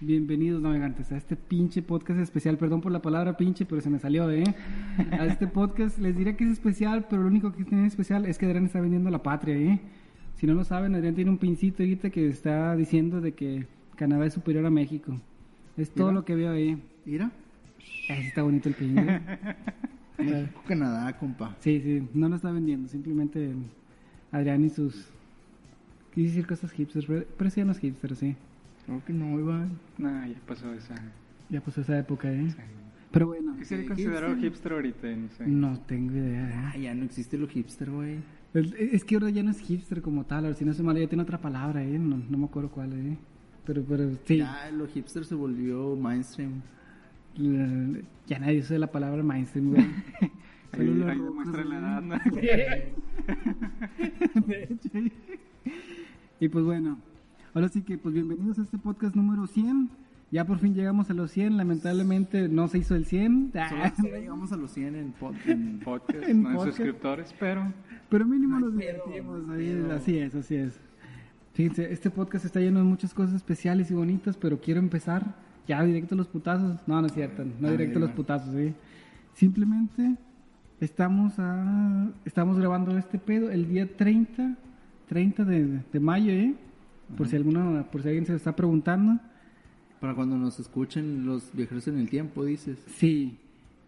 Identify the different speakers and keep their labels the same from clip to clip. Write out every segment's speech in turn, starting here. Speaker 1: Bienvenidos navegantes a este pinche podcast especial, perdón por la palabra pinche, pero se me salió, ¿eh? A este podcast les diré que es especial, pero lo único que tiene especial es que Adrián está vendiendo la patria, ¿eh? Si no lo saben, Adrián tiene un pincito ahorita que está diciendo de que Canadá es superior a México. Es todo
Speaker 2: Mira.
Speaker 1: lo que veo ahí.
Speaker 2: Mira,
Speaker 1: Ahí está bonito el pin, ¿eh?
Speaker 2: Canadá, compa.
Speaker 1: Sí, sí, no lo está vendiendo, simplemente Adrián y sus... Quise decir cosas hipsters, pero, pero sí, no es hipster, sí.
Speaker 2: Creo que no, Iván.
Speaker 3: No, ya pasó esa.
Speaker 1: Ya pasó esa época, ¿eh? Pero bueno,
Speaker 3: ¿Qué sería considerado hipster ahorita? No sé.
Speaker 1: no tengo idea.
Speaker 2: Ah, ya no existe lo hipster, güey.
Speaker 1: El- Es que ahora ya no es hipster como tal, ahora si no se mal, ya tiene otra palabra, ¿eh? No, no me acuerdo cuál, ¿eh? Pero, pero sí, la-
Speaker 2: Ya lo hipster se volvió mainstream.
Speaker 1: ya, nadie usa la palabra mainstream, güey.
Speaker 3: Ahí,
Speaker 1: Solo los
Speaker 3: ahí
Speaker 1: rucos,
Speaker 3: demuestra la
Speaker 1: ¿eh?
Speaker 3: edad, ¿no?
Speaker 1: De hecho, ¿eh? y pues bueno, ahora sí que pues bienvenidos a este podcast número 100. Ya por fin llegamos a los 100, lamentablemente no se hizo el 100.
Speaker 2: Solo- solo llegamos a los 100 en, pod- en-
Speaker 3: Podcast,
Speaker 1: En
Speaker 3: no hay
Speaker 1: podcast.
Speaker 3: suscriptores, pero
Speaker 1: Pero mínimo
Speaker 2: No
Speaker 1: nos
Speaker 2: hay pedo,
Speaker 1: divertimos.
Speaker 2: no
Speaker 1: ahí,
Speaker 2: hay pedo.
Speaker 1: así es, así es. Fíjense, este podcast está lleno de muchas cosas especiales y bonitas, pero quiero empezar ya directo a los putazos. No, no es cierto, no
Speaker 2: Ah,
Speaker 1: directo a los
Speaker 2: mira.
Speaker 1: putazos, ¿sí? Simplemente estamos a, estamos grabando este pedo el día 30, 30 de, de mayo, ¿eh? Por si alguno, por si alguien se lo está preguntando.
Speaker 2: Para cuando nos escuchen los viajeros en el tiempo, dices.
Speaker 1: Sí,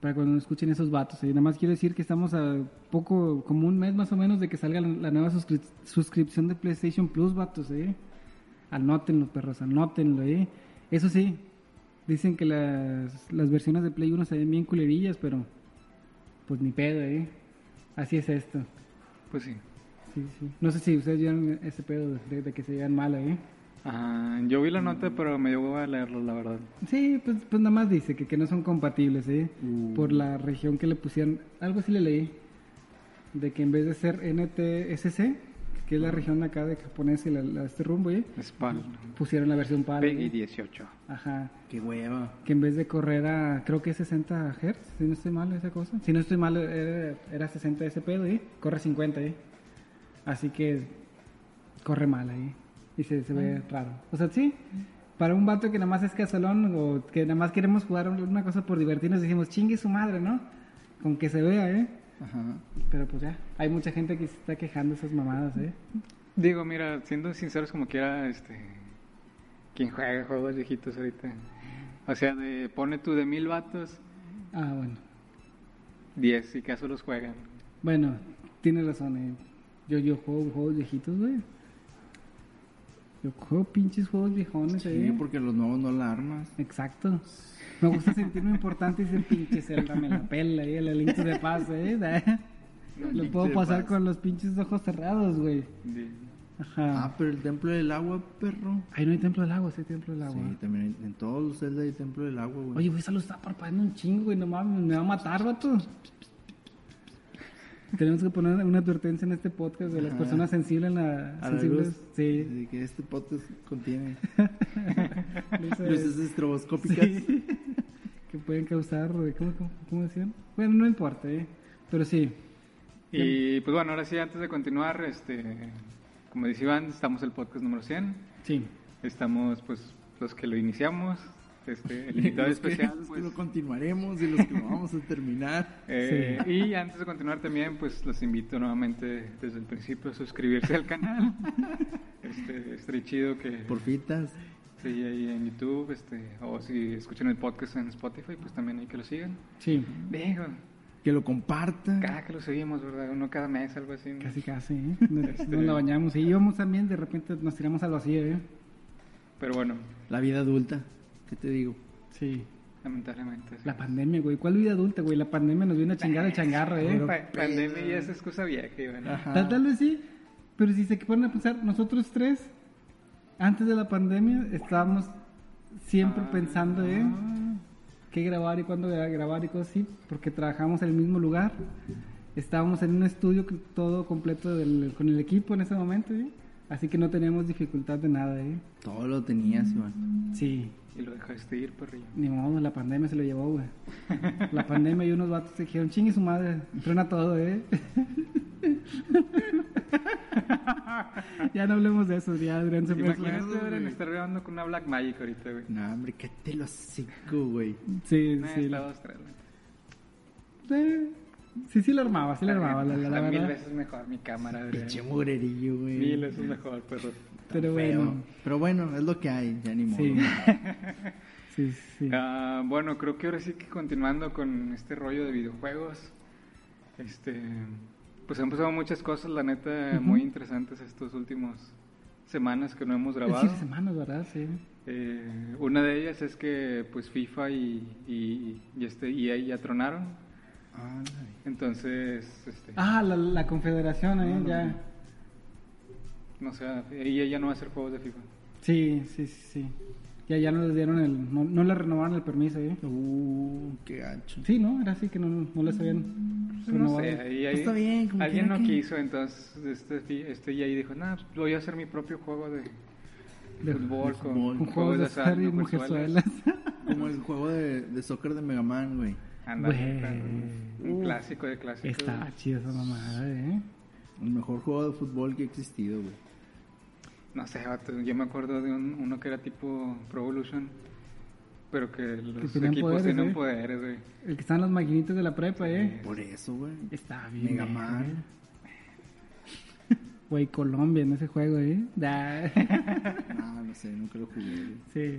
Speaker 1: para cuando nos escuchen esos vatos. Y nada más quiero decir que estamos a poco, como un mes más o menos, de que salga la, la nueva suscri- suscripción de PlayStation Plus, vatos, ¿eh? Anótenlo, perros, anótenlo, ¿eh? Eso sí, dicen que las, las versiones de Play 1 se ven bien culerillas, pero pues ni pedo, ¿eh? Así es esto.
Speaker 3: pues sí.
Speaker 1: Sí, sí. No sé si ustedes vieron ese pedo de, de que se llevan mal, ¿eh?
Speaker 3: Ajá, Ah, yo vi la nota, pero me dio hueva leerlo, la verdad.
Speaker 1: Sí, pues, pues nada más dice que, que no son compatibles, ¿eh?
Speaker 2: Mm.
Speaker 1: Por la región que le pusieron. Algo así le leí. De que en vez de ser NTSC, que es la región acá de japonés y la, la- este rumbo, ¿eh?
Speaker 3: Spal,
Speaker 1: Pusieron la versión PAL. ¿eh?
Speaker 3: Peggy 18.
Speaker 1: Ajá.
Speaker 2: Qué hueva.
Speaker 1: Que en vez de correr a, creo que es 60 Hz, si no estoy mal esa cosa. Si no estoy mal, era, era 60 ese pedo, ¿eh? Corre 50, ¿eh? Así que corre mal ahí. Y se, se ve raro. O sea, sí. Para un vato que nada más es casalón o que nada más queremos jugar un- una cosa por divertirnos, decimos, chingue su madre, ¿no? Con que se vea, ¿eh?
Speaker 2: Ajá.
Speaker 1: Pero pues ya, hay mucha gente que se está quejando de esas mamadas, ¿eh?
Speaker 3: Digo, mira, siendo sinceros como quiera, este... Quien juega juegos viejitos ahorita. O sea, de, pone tú de mil vatos,
Speaker 1: Ah, bueno.
Speaker 3: 10 si caso los juegan.
Speaker 1: Bueno, tienes razón, eh. Yo, yo juego juegos viejitos, güey. Yo juego pinches juegos viejones,
Speaker 2: Sí,
Speaker 1: eh.
Speaker 2: porque los nuevos no la armas.
Speaker 1: Exacto. Me gusta sentirme importante y ser pinche Zelda, me la pela, eh. La link de paz, eh. Lo puedo pasar con los pinches ojos cerrados, güey.
Speaker 3: De-
Speaker 2: Ah,
Speaker 1: Ajá.
Speaker 2: pero el templo del agua, perro.
Speaker 1: Ahí no hay templo del agua, sí hay templo del agua.
Speaker 2: Sí, también en, en todos los celdas hay templo del agua, güey.
Speaker 1: Ah, Oye, güey, esa luz está parpadeando un chingo, güey. No mames, me va a matar, vato. Tenemos que poner una advertencia en este podcast de las personas sensibles en la...
Speaker 2: a la
Speaker 1: sensibles,
Speaker 2: luz.
Speaker 1: sí.
Speaker 2: Así que este podcast contiene
Speaker 1: Luces-
Speaker 2: luces estroboscópicas.
Speaker 1: Sí. que pueden causar, eh, ¿cómo, cómo, cómo decían? Bueno, no importa, ¿eh? pero sí,
Speaker 3: Y pues bueno, ahora sí, antes de continuar, este, como dice Iván, estamos en el podcast número 100.
Speaker 1: sí,
Speaker 3: Estamos pues los que lo iniciamos, este, el invitado
Speaker 2: Los que-
Speaker 3: especial.
Speaker 2: los
Speaker 3: pues,
Speaker 2: que lo continuaremos y los que lo vamos a terminar.
Speaker 3: eh, Y antes de continuar también, pues los invito nuevamente desde el principio a suscribirse al canal. Este, estaría chido que
Speaker 2: Porfitas.
Speaker 3: sí, ahí en YouTube, este, o si escuchan el podcast en Spotify, pues también hay que lo sigan.
Speaker 1: sí.
Speaker 3: Digo,
Speaker 2: que lo compartan.
Speaker 3: Cada que lo subimos, ¿verdad? Uno cada mes, algo así. ¿no?
Speaker 1: Casi, casi, ¿eh? Nos, nos la bañamos. Y íbamos también, de repente nos tiramos al vacío, ¿eh?
Speaker 3: Pero bueno,
Speaker 2: La vida adulta, ¿qué te digo?
Speaker 1: Sí.
Speaker 3: lamentablemente. sí.
Speaker 1: La pandemia, güey. ¿Cuál vida adulta, güey? La pandemia nos vino a chingar el changarro, ¿eh?
Speaker 3: Pa- pandemia ya es excusa vieja, Iván.
Speaker 1: Tal, tal vez sí, pero si se ponen a pensar, nosotros tres, antes de la pandemia, estábamos siempre pensando en qué grabar y cuándo gra- grabar y cosas así, porque trabajamos en el mismo lugar, estábamos en un estudio que- todo completo del- con el equipo en ese momento, ¿eh? así que no teníamos dificultad de nada. ¿eh?
Speaker 2: Todo lo tenías, Iván.
Speaker 1: Sí,
Speaker 3: Y lo dejaste ir, perrillo.
Speaker 1: ni modo, la pandemia se lo llevó, güey. La pandemia y unos vatos se dijeron, chingue su madre, truena todo, ¿eh? ya no hablemos de eso, ya Adrián se fue.
Speaker 3: Imagínate,
Speaker 2: acuerdo,
Speaker 3: Adrián,
Speaker 2: güey.
Speaker 3: estar grabando con una Black Magic ahorita, güey.
Speaker 2: No, hombre, qué te lo seco, güey.
Speaker 1: Sí,
Speaker 3: Nah,
Speaker 1: sí.
Speaker 3: está
Speaker 1: la-
Speaker 3: dos, tres, güey.
Speaker 1: eh, sí, sí la armaba, sí la armaba, la, la- la
Speaker 3: Está mil
Speaker 1: verdad.
Speaker 3: veces mejor mi cámara, Adrián.
Speaker 2: Pinche mugrerillo, güey.
Speaker 3: Mil veces mejor, perro.
Speaker 2: Tan
Speaker 1: Pero
Speaker 2: feo.
Speaker 1: bueno,
Speaker 2: Pero bueno, es lo que hay, ya ni modo.
Speaker 1: sí. Sí, sí.
Speaker 3: Ah, bueno, creo que ahora sí que continuando con este rollo de videojuegos, este, pues han pasado muchas cosas, la neta, muy interesantes estos últimos semanas que no hemos
Speaker 1: Es
Speaker 3: grabado.
Speaker 1: siete semanas, ¿verdad? Sí.
Speaker 3: Eh, una de ellas es que pues FIFA y, y, y este EA ya tronaron,
Speaker 2: Ah, la-
Speaker 3: entonces este,
Speaker 1: Ah, la, la confederación,
Speaker 3: Ah,
Speaker 1: ¿eh? ya.
Speaker 3: no sé, EA ya no va a hacer juegos de FIFA.
Speaker 1: Sí, sí, sí, sí. Ya, ya no les dieron el... No, no le renovaron el permiso, ¿eh?
Speaker 2: Uh, qué gacho.
Speaker 1: Sí, ¿no? Era así que no, no les habían
Speaker 3: Pues, no
Speaker 1: renovado.
Speaker 3: sé, ahí-
Speaker 2: Pues,
Speaker 3: ahí-
Speaker 2: está bien, como
Speaker 3: alguien
Speaker 2: quiera
Speaker 3: no
Speaker 2: que-
Speaker 3: quiso, entonces este, este EA dijo, no, voy a hacer mi propio juego de...
Speaker 1: De-
Speaker 3: fútbol, con,
Speaker 2: fútbol.
Speaker 1: Con juegos de azar y mujerzuelas.
Speaker 2: Como el juego de, de soccer de Mega Man, güey.
Speaker 3: Ándale,
Speaker 1: Güey.
Speaker 3: claro. un clásico de clásicos.
Speaker 1: Está chida esa mamada, ¿eh?
Speaker 2: El mejor juego de fútbol que ha existido, güey.
Speaker 3: No sé, vato, yo me acuerdo de un- uno que era tipo Pro Evolution, pero que los
Speaker 1: tenían
Speaker 3: equipos
Speaker 1: poderes,
Speaker 3: tienen
Speaker 1: ¿eh?
Speaker 3: poderes, güey.
Speaker 1: El que están los maquinitos de la prepa, ¿eh?
Speaker 2: Por eso, güey.
Speaker 1: Está bien.
Speaker 2: Mega
Speaker 1: verga, ¿eh?
Speaker 2: Man.
Speaker 1: Güey, Colombia en ese juego, ¿eh? Da.
Speaker 2: No, no sé, nunca lo jugué, güey.
Speaker 1: sí.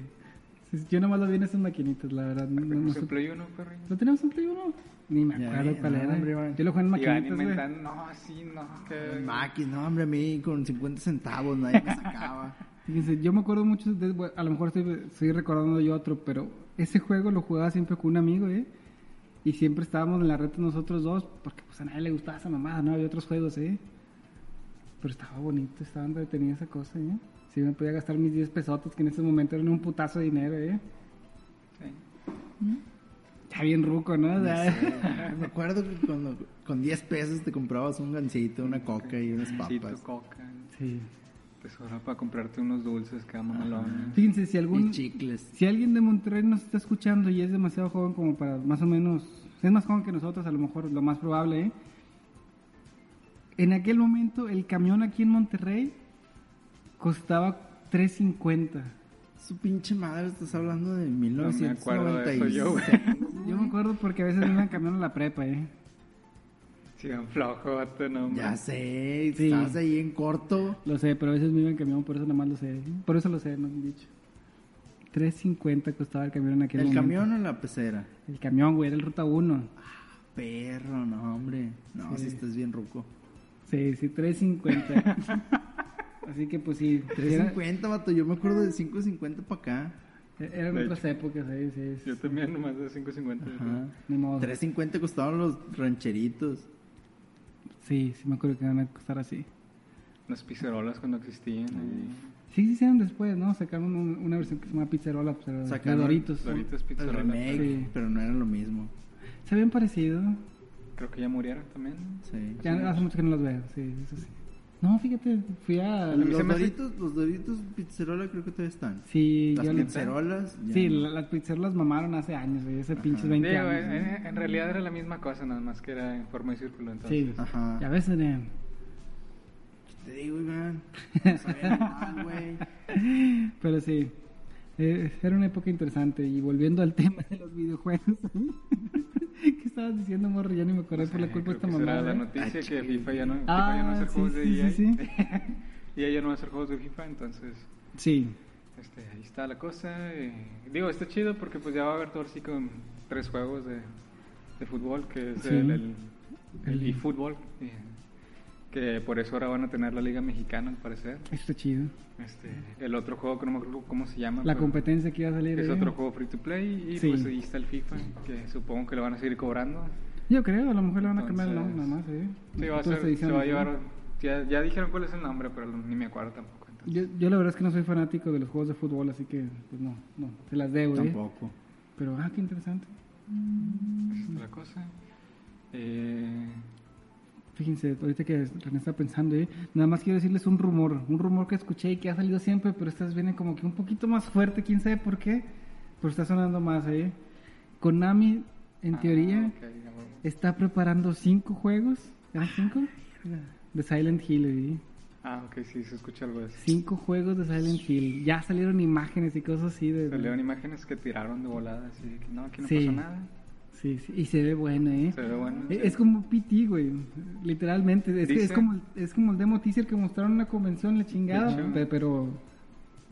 Speaker 1: Sí, Yo nomás lo vi en esas maquinitas, la verdad. No, no
Speaker 3: Tenemos
Speaker 1: sé-
Speaker 3: un Pues, Play uno, perro.
Speaker 1: ¿No teníamos un Play uno? Ni me
Speaker 2: Ya,
Speaker 1: acuerdo
Speaker 2: ya,
Speaker 1: cuál
Speaker 2: no,
Speaker 1: era.
Speaker 2: hombre, va.
Speaker 1: Yo lo jugué en
Speaker 3: Y van
Speaker 1: maquinitas, güey.
Speaker 3: inventando, no, sí, no, que...
Speaker 2: Maquis, no, hombre, a mí con 50 centavos nadie me sacaba.
Speaker 1: Fíjense, yo me acuerdo mucho, de- bueno, a lo mejor estoy, estoy recordando yo otro, pero ese juego lo jugaba siempre con un amigo, ¿eh? Y siempre estábamos en la reta nosotros dos, porque pues a nadie le gustaba esa mamada, ¿no? Había otros juegos, ¿eh? Pero estaba bonito, estaba entretenida esa cosa, ¿eh? Sí me podía gastar mis 10 pesotes, que en ese momento eran un putazo de dinero, ¿eh?
Speaker 3: Sí.
Speaker 1: Ya bien ruco, ¿no? O sea,
Speaker 2: Ah, Me acuerdo que cuando con 10 pesos te comprabas un gancito, una coca y unas
Speaker 3: Gansito,
Speaker 2: papas.
Speaker 3: coca,
Speaker 1: sí.
Speaker 3: te sobra para comprarte unos dulces cada mamalón.
Speaker 1: Fíjense, si
Speaker 2: Y
Speaker 1: algún...
Speaker 2: chicles.
Speaker 1: Si alguien de Monterrey nos está escuchando y es demasiado joven como para más o menos, si es más joven que nosotros, a lo mejor lo más probable, ¿eh? En aquel momento el camión aquí en Monterrey costaba 3.50.
Speaker 2: Su pinche madre, estás hablando de
Speaker 3: No me acuerdo de eso
Speaker 2: 1996.
Speaker 3: yo, güey.
Speaker 1: Yo me acuerdo porque a veces me iban camión a la prepa, ¿eh?
Speaker 3: Si van flojo, vato, no, hombre.
Speaker 2: ya sé,
Speaker 1: Sí.
Speaker 2: estás ahí en corto.
Speaker 1: Lo sé, pero a veces me iban camión, por eso nada más lo sé. ¿eh? Por eso lo sé, nos han dicho. 3.50 costaba el camión en aquel
Speaker 2: ¿El
Speaker 1: momento.
Speaker 2: camión o la pecera?
Speaker 1: El camión, güey, era el ruta 1.
Speaker 2: Perro, no, hombre. No, si estás bien ruco.
Speaker 1: Sí, sí, 3.50. Así que pues sí, era-
Speaker 2: 350, vato, yo me acuerdo de 550 para acá.
Speaker 1: Eran
Speaker 3: De
Speaker 1: otras épocas, sí, sí. sí.
Speaker 3: Yo también nomás de 5.50.
Speaker 2: Ajá.
Speaker 1: Ni modo.
Speaker 2: 350 costaban los rancheritos.
Speaker 1: Sí, sí me acuerdo que iban a costar así.
Speaker 3: Las pizzerolas cuando existían. ahí.
Speaker 1: Sí, sí hicieron después, ¿no? Sacaron un- una versión que se llama Pizzerola, pues, pero
Speaker 2: Sacaron
Speaker 1: de Doritos.
Speaker 3: Doritos
Speaker 2: El
Speaker 3: pizzerolas.
Speaker 2: remake,
Speaker 1: Sí.
Speaker 2: pero no era lo mismo.
Speaker 1: Se habían parecido.
Speaker 3: Creo que ya murieron también.
Speaker 2: Sí.
Speaker 1: Ya hace mucho que no los veo, sí, eso sí. No, fíjate, fui a...
Speaker 3: mí se
Speaker 2: Los
Speaker 3: me hace-
Speaker 2: doritos, los doritos pizzerola creo que todavía están.
Speaker 1: Sí,
Speaker 2: Las
Speaker 1: yo lo-
Speaker 2: pizzerolas. ya
Speaker 1: Sí,
Speaker 2: no.
Speaker 1: la- las pizzerolas mamaron hace años, güey, hace pinches 20
Speaker 3: Digo, eh,
Speaker 1: años.
Speaker 3: en, en realidad era la misma cosa, nada más que era en forma de círculo. Entonces,
Speaker 1: Sí,
Speaker 2: Ajá. Pues
Speaker 1: ya ves, Adrián.
Speaker 2: Te digo, Iván. No sabía nada, güey.
Speaker 1: Pero sí, eh, era una época interesante. Y volviendo al tema de los videojuegos, ¿qué estabas diciendo, morro? Ya ni me acordé por la
Speaker 3: eh,
Speaker 1: culpa de esta
Speaker 3: creo que esa
Speaker 1: mamada.
Speaker 3: era la
Speaker 1: ¿eh?
Speaker 3: noticia
Speaker 2: Ah,
Speaker 3: que FIFA ya no, FIFA
Speaker 1: Ah,
Speaker 3: ya no va a hacer
Speaker 1: sí,
Speaker 3: juegos de
Speaker 1: sí,
Speaker 3: EA.
Speaker 1: sí,
Speaker 3: EA ya no va a hacer juegos de FIFA, entonces
Speaker 1: Sí,
Speaker 3: este, ahí está la cosa. eh, digo, está chido porque pues ya va a haber todo así con tres juegos de, de fútbol, que es
Speaker 1: Sí.
Speaker 3: el, el, el eFootball, eh, que por eso ahora van a tener la Liga Mexicana, al parecer.
Speaker 1: Está chido.
Speaker 3: Este, el otro juego que no me acuerdo cómo se llama.
Speaker 1: La
Speaker 3: pero
Speaker 1: competencia que iba a salir. ¿eh?
Speaker 3: Es
Speaker 1: ahí.
Speaker 3: otro juego free to play y
Speaker 1: Sí.
Speaker 3: pues ahí está el FIFA, que supongo que lo van a seguir cobrando.
Speaker 1: Yo creo, a lo mejor le van a cambiar el nombre nada más.
Speaker 3: Entonces,
Speaker 1: ¿eh?
Speaker 3: Sí, va a
Speaker 1: Todas
Speaker 3: ser-
Speaker 1: ediciones,
Speaker 3: se va a
Speaker 1: ¿no?
Speaker 3: llevar. Ya, ya dijeron cuál es el nombre, pero ni me acuerdo tampoco. entonces.
Speaker 1: Yo, yo la verdad es que no soy fanático de los juegos de fútbol, así que pues no, no, se las debo. ¿eh?
Speaker 2: Tampoco.
Speaker 1: Pero, ah, qué interesante.
Speaker 3: Esa
Speaker 1: Mm.
Speaker 3: es la cosa. Eh,
Speaker 1: Fíjense, ahorita que René está pensando, ¿eh? nada más quiero decirles un rumor, un rumor que escuché y que ha salido siempre, pero estas vienen como que un poquito más fuerte, quién sabe por qué, pero está sonando más. ¿eh? Konami, en
Speaker 3: ah,
Speaker 1: teoría,
Speaker 3: ok, Ah, ya vamos.
Speaker 1: está preparando cinco juegos, ¿eran cinco? De Silent Hill, ¿eh?
Speaker 3: Ah, ok, sí, se escucha algo de eso.
Speaker 1: cinco juegos de Silent Hill. Ya salieron imágenes y cosas así. De,
Speaker 3: Salieron imágenes que tiraron de volada, así de que no, aquí no
Speaker 1: Sí.
Speaker 3: pasó nada.
Speaker 1: Sí, sí, y se ve bueno, ¿eh?
Speaker 3: Se ve bueno.
Speaker 1: Es es como PT, güey. Literalmente. Es, que es,
Speaker 3: Dice-
Speaker 1: como, el- es como el demo teaser que mostraron en una convención, la chingada.
Speaker 3: De hecho.
Speaker 1: pe- Pero,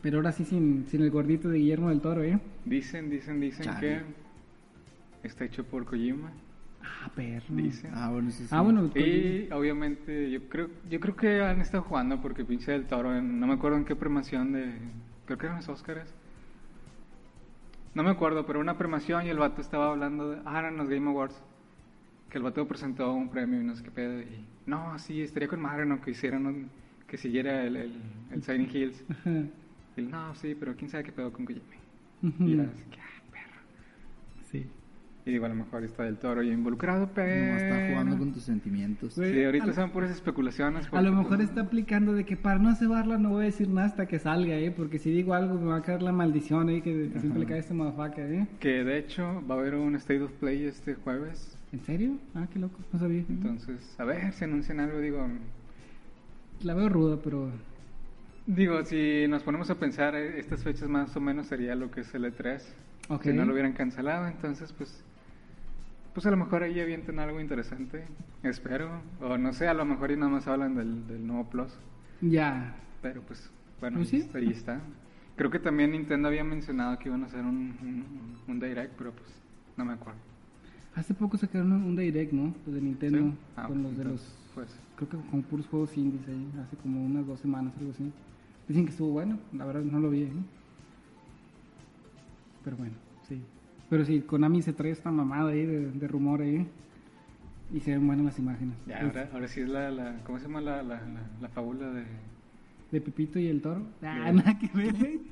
Speaker 1: pero ahora sí sin, sin el gordito de Guillermo del Toro, ¿eh?
Speaker 3: Dicen, dicen, dicen
Speaker 2: Chale.
Speaker 3: que está hecho por Kojima.
Speaker 1: Ah, perro.
Speaker 3: Dicen.
Speaker 2: Ah, bueno, eso sí.
Speaker 1: Ah, bueno. Kojima.
Speaker 3: Y obviamente yo creo yo creo que han estado jugando porque pinche del Toro, en- no me acuerdo en qué premación de creo que eran los Óscares. No me acuerdo, pero una premación y el vato estaba hablando de ah, eran los Game Awards. Que el vato presentó un premio y no sé qué pedo y no, sí, estaría con madre no que hicieran un- que siguiera el el, el Silent Hills.
Speaker 1: Ajá.
Speaker 3: Y él, no, sí, pero quién sabe qué pedo con Kojima.
Speaker 1: Ujú.
Speaker 3: Y era así que, ah, perro.
Speaker 1: Sí.
Speaker 3: Y digo, a lo mejor está del Toro ya involucrado,
Speaker 1: pues,
Speaker 3: pero
Speaker 2: Nomás está
Speaker 1: eh.
Speaker 2: jugando con tus sentimientos.
Speaker 1: Güey,
Speaker 3: Sí, ahorita
Speaker 1: al-
Speaker 3: son puras
Speaker 1: A
Speaker 3: especulaciones.
Speaker 1: lo
Speaker 3: porque,
Speaker 1: mejor
Speaker 3: pues,
Speaker 1: está aplicando de que para no cebarla no voy a decir nada hasta que salga, ¿eh? Porque si digo algo me va a caer la maldición, ¿eh? Que, que siempre le cae a este motherfucker, ¿eh?
Speaker 3: Que de hecho va a haber un State of Play este jueves.
Speaker 1: ¿En serio? Ah, qué loco, no sabía.
Speaker 3: Entonces, a ver si anuncian algo. Digo,
Speaker 1: La veo ruda, pero...
Speaker 3: digo si nos ponemos a pensar, eh, estas fechas más o menos sería lo que es el E3.
Speaker 1: Ok.
Speaker 3: Si no lo hubieran cancelado, entonces pues... Pues a lo mejor ahí avientan algo interesante, espero. O no sé, a lo mejor y nada más hablan del, del nuevo Plus.
Speaker 1: Ya.
Speaker 3: Pero pues, bueno,
Speaker 1: Pues sí.
Speaker 3: ahí, ahí está. Creo que también Nintendo había mencionado que iban a hacer un, un, un direct, pero pues no me acuerdo.
Speaker 1: Hace poco sacaron un un direct, ¿no? Los de Nintendo.
Speaker 3: ¿Sí? Ah,
Speaker 1: con los de los.
Speaker 3: entonces, pues.
Speaker 1: Creo que con puros juegos indies ahí. Hace como unas dos semanas, algo así. Dicen que estuvo bueno. La verdad no lo vi, ¿eh? Pero bueno, sí. Pero sí, Konami se trae esta mamada ahí de, de rumor ahí. Y se ven buenas las imágenes. Pues,
Speaker 3: Ya,
Speaker 1: Es
Speaker 3: ahora, ahora sí es la, la- ¿cómo se llama la, la, la, la fábula de
Speaker 1: De Pepito y el toro. Ah, nada que ver. sí,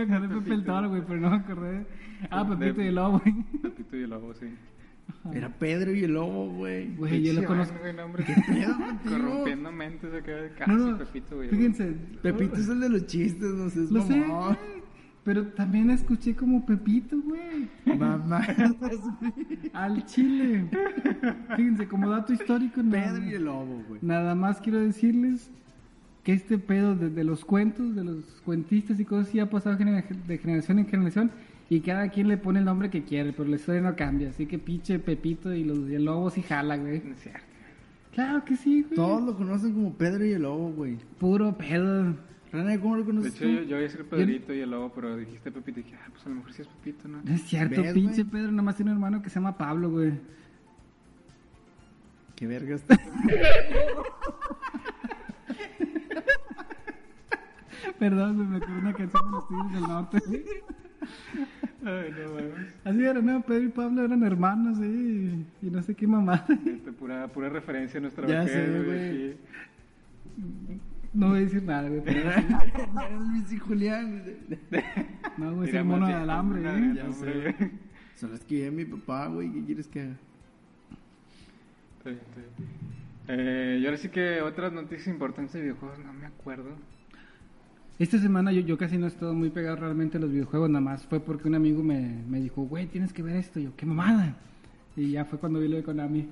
Speaker 1: me acordé de Pepe el toro, güey, pero no me acordé. Ah,
Speaker 3: De-
Speaker 1: Pepito y el lobo, güey.
Speaker 3: Pepito y el Lobo, sí.
Speaker 2: Era Pedro y el lobo, güey.
Speaker 1: Güey, yo
Speaker 3: Pinche
Speaker 1: lo conozco.
Speaker 3: vato, güey, no, hombre.
Speaker 2: pedo contigo?
Speaker 3: Corrompiendo mentes acá, casi
Speaker 1: No, no,
Speaker 3: Pepito y el Lobo.
Speaker 1: fíjense.
Speaker 2: Pepito es el de los chistes, Pues no sé, es
Speaker 1: Lo sé,
Speaker 2: mamón.
Speaker 1: güey, pero también escuché como Pepito, güey.
Speaker 2: Mamá.
Speaker 1: Al chile. Fíjense, como dato histórico, nada,
Speaker 2: Pedro y el lobo, güey.
Speaker 1: nada más quiero decirles que este pedo de, de los cuentos, de los cuentistas y cosas, sí ha pasado gener- de generación en generación y cada quien le pone el nombre que quiere, pero la historia no cambia. Así que pinche Pepito y los y el lobo sí jala, güey.
Speaker 3: No es cierto.
Speaker 1: Claro que sí, güey.
Speaker 2: Todos lo conocen como Pedro y el lobo, güey.
Speaker 1: Puro pedo.
Speaker 2: Rana, ¿cómo lo
Speaker 3: De
Speaker 2: conoces
Speaker 3: hecho, yo,
Speaker 2: tú?
Speaker 3: yo voy a decir Pedrito y el Lobo, pero dijiste Pepito y dije, ah, pues a lo mejor sí es Pepito, ¿no?
Speaker 1: No es cierto,
Speaker 2: ¿Ves,
Speaker 1: pinche
Speaker 2: güey?
Speaker 1: Pedro, nomás tiene un hermano que se llama Pablo, güey.
Speaker 2: Qué verga está.
Speaker 1: Perdón, güey, me acordé de una canción de los Tigres del Norte.
Speaker 3: Ay, no, mames.
Speaker 1: Así era, ¿no? Pedro y Pablo eran hermanos, sí, y no sé qué mamada.
Speaker 3: Este, pura, pura referencia a nuestra
Speaker 2: Ya
Speaker 3: vejez,
Speaker 2: sé,
Speaker 3: güey.
Speaker 2: güey.
Speaker 3: sí.
Speaker 1: No voy a decir nada, güey. pero
Speaker 2: Era Luis y Julián.
Speaker 1: No, güey, es el
Speaker 3: Tiramos
Speaker 1: mono
Speaker 3: ya,
Speaker 1: del hambre,
Speaker 3: mono
Speaker 1: ¿eh?
Speaker 3: del hambre.
Speaker 2: Ya sé. Se lo escribí a mi papá, güey. ¿Qué quieres que haga?
Speaker 3: Está bien, está bien. Eh, y ahora sí que otras noticias importantes de videojuegos, no me acuerdo.
Speaker 1: Esta semana yo, yo casi no he estado muy pegado realmente a los videojuegos, nada más. Fue porque un amigo me, me dijo, güey, tienes que ver esto. Y yo, qué mamada. Y ya fue cuando vi lo de Konami.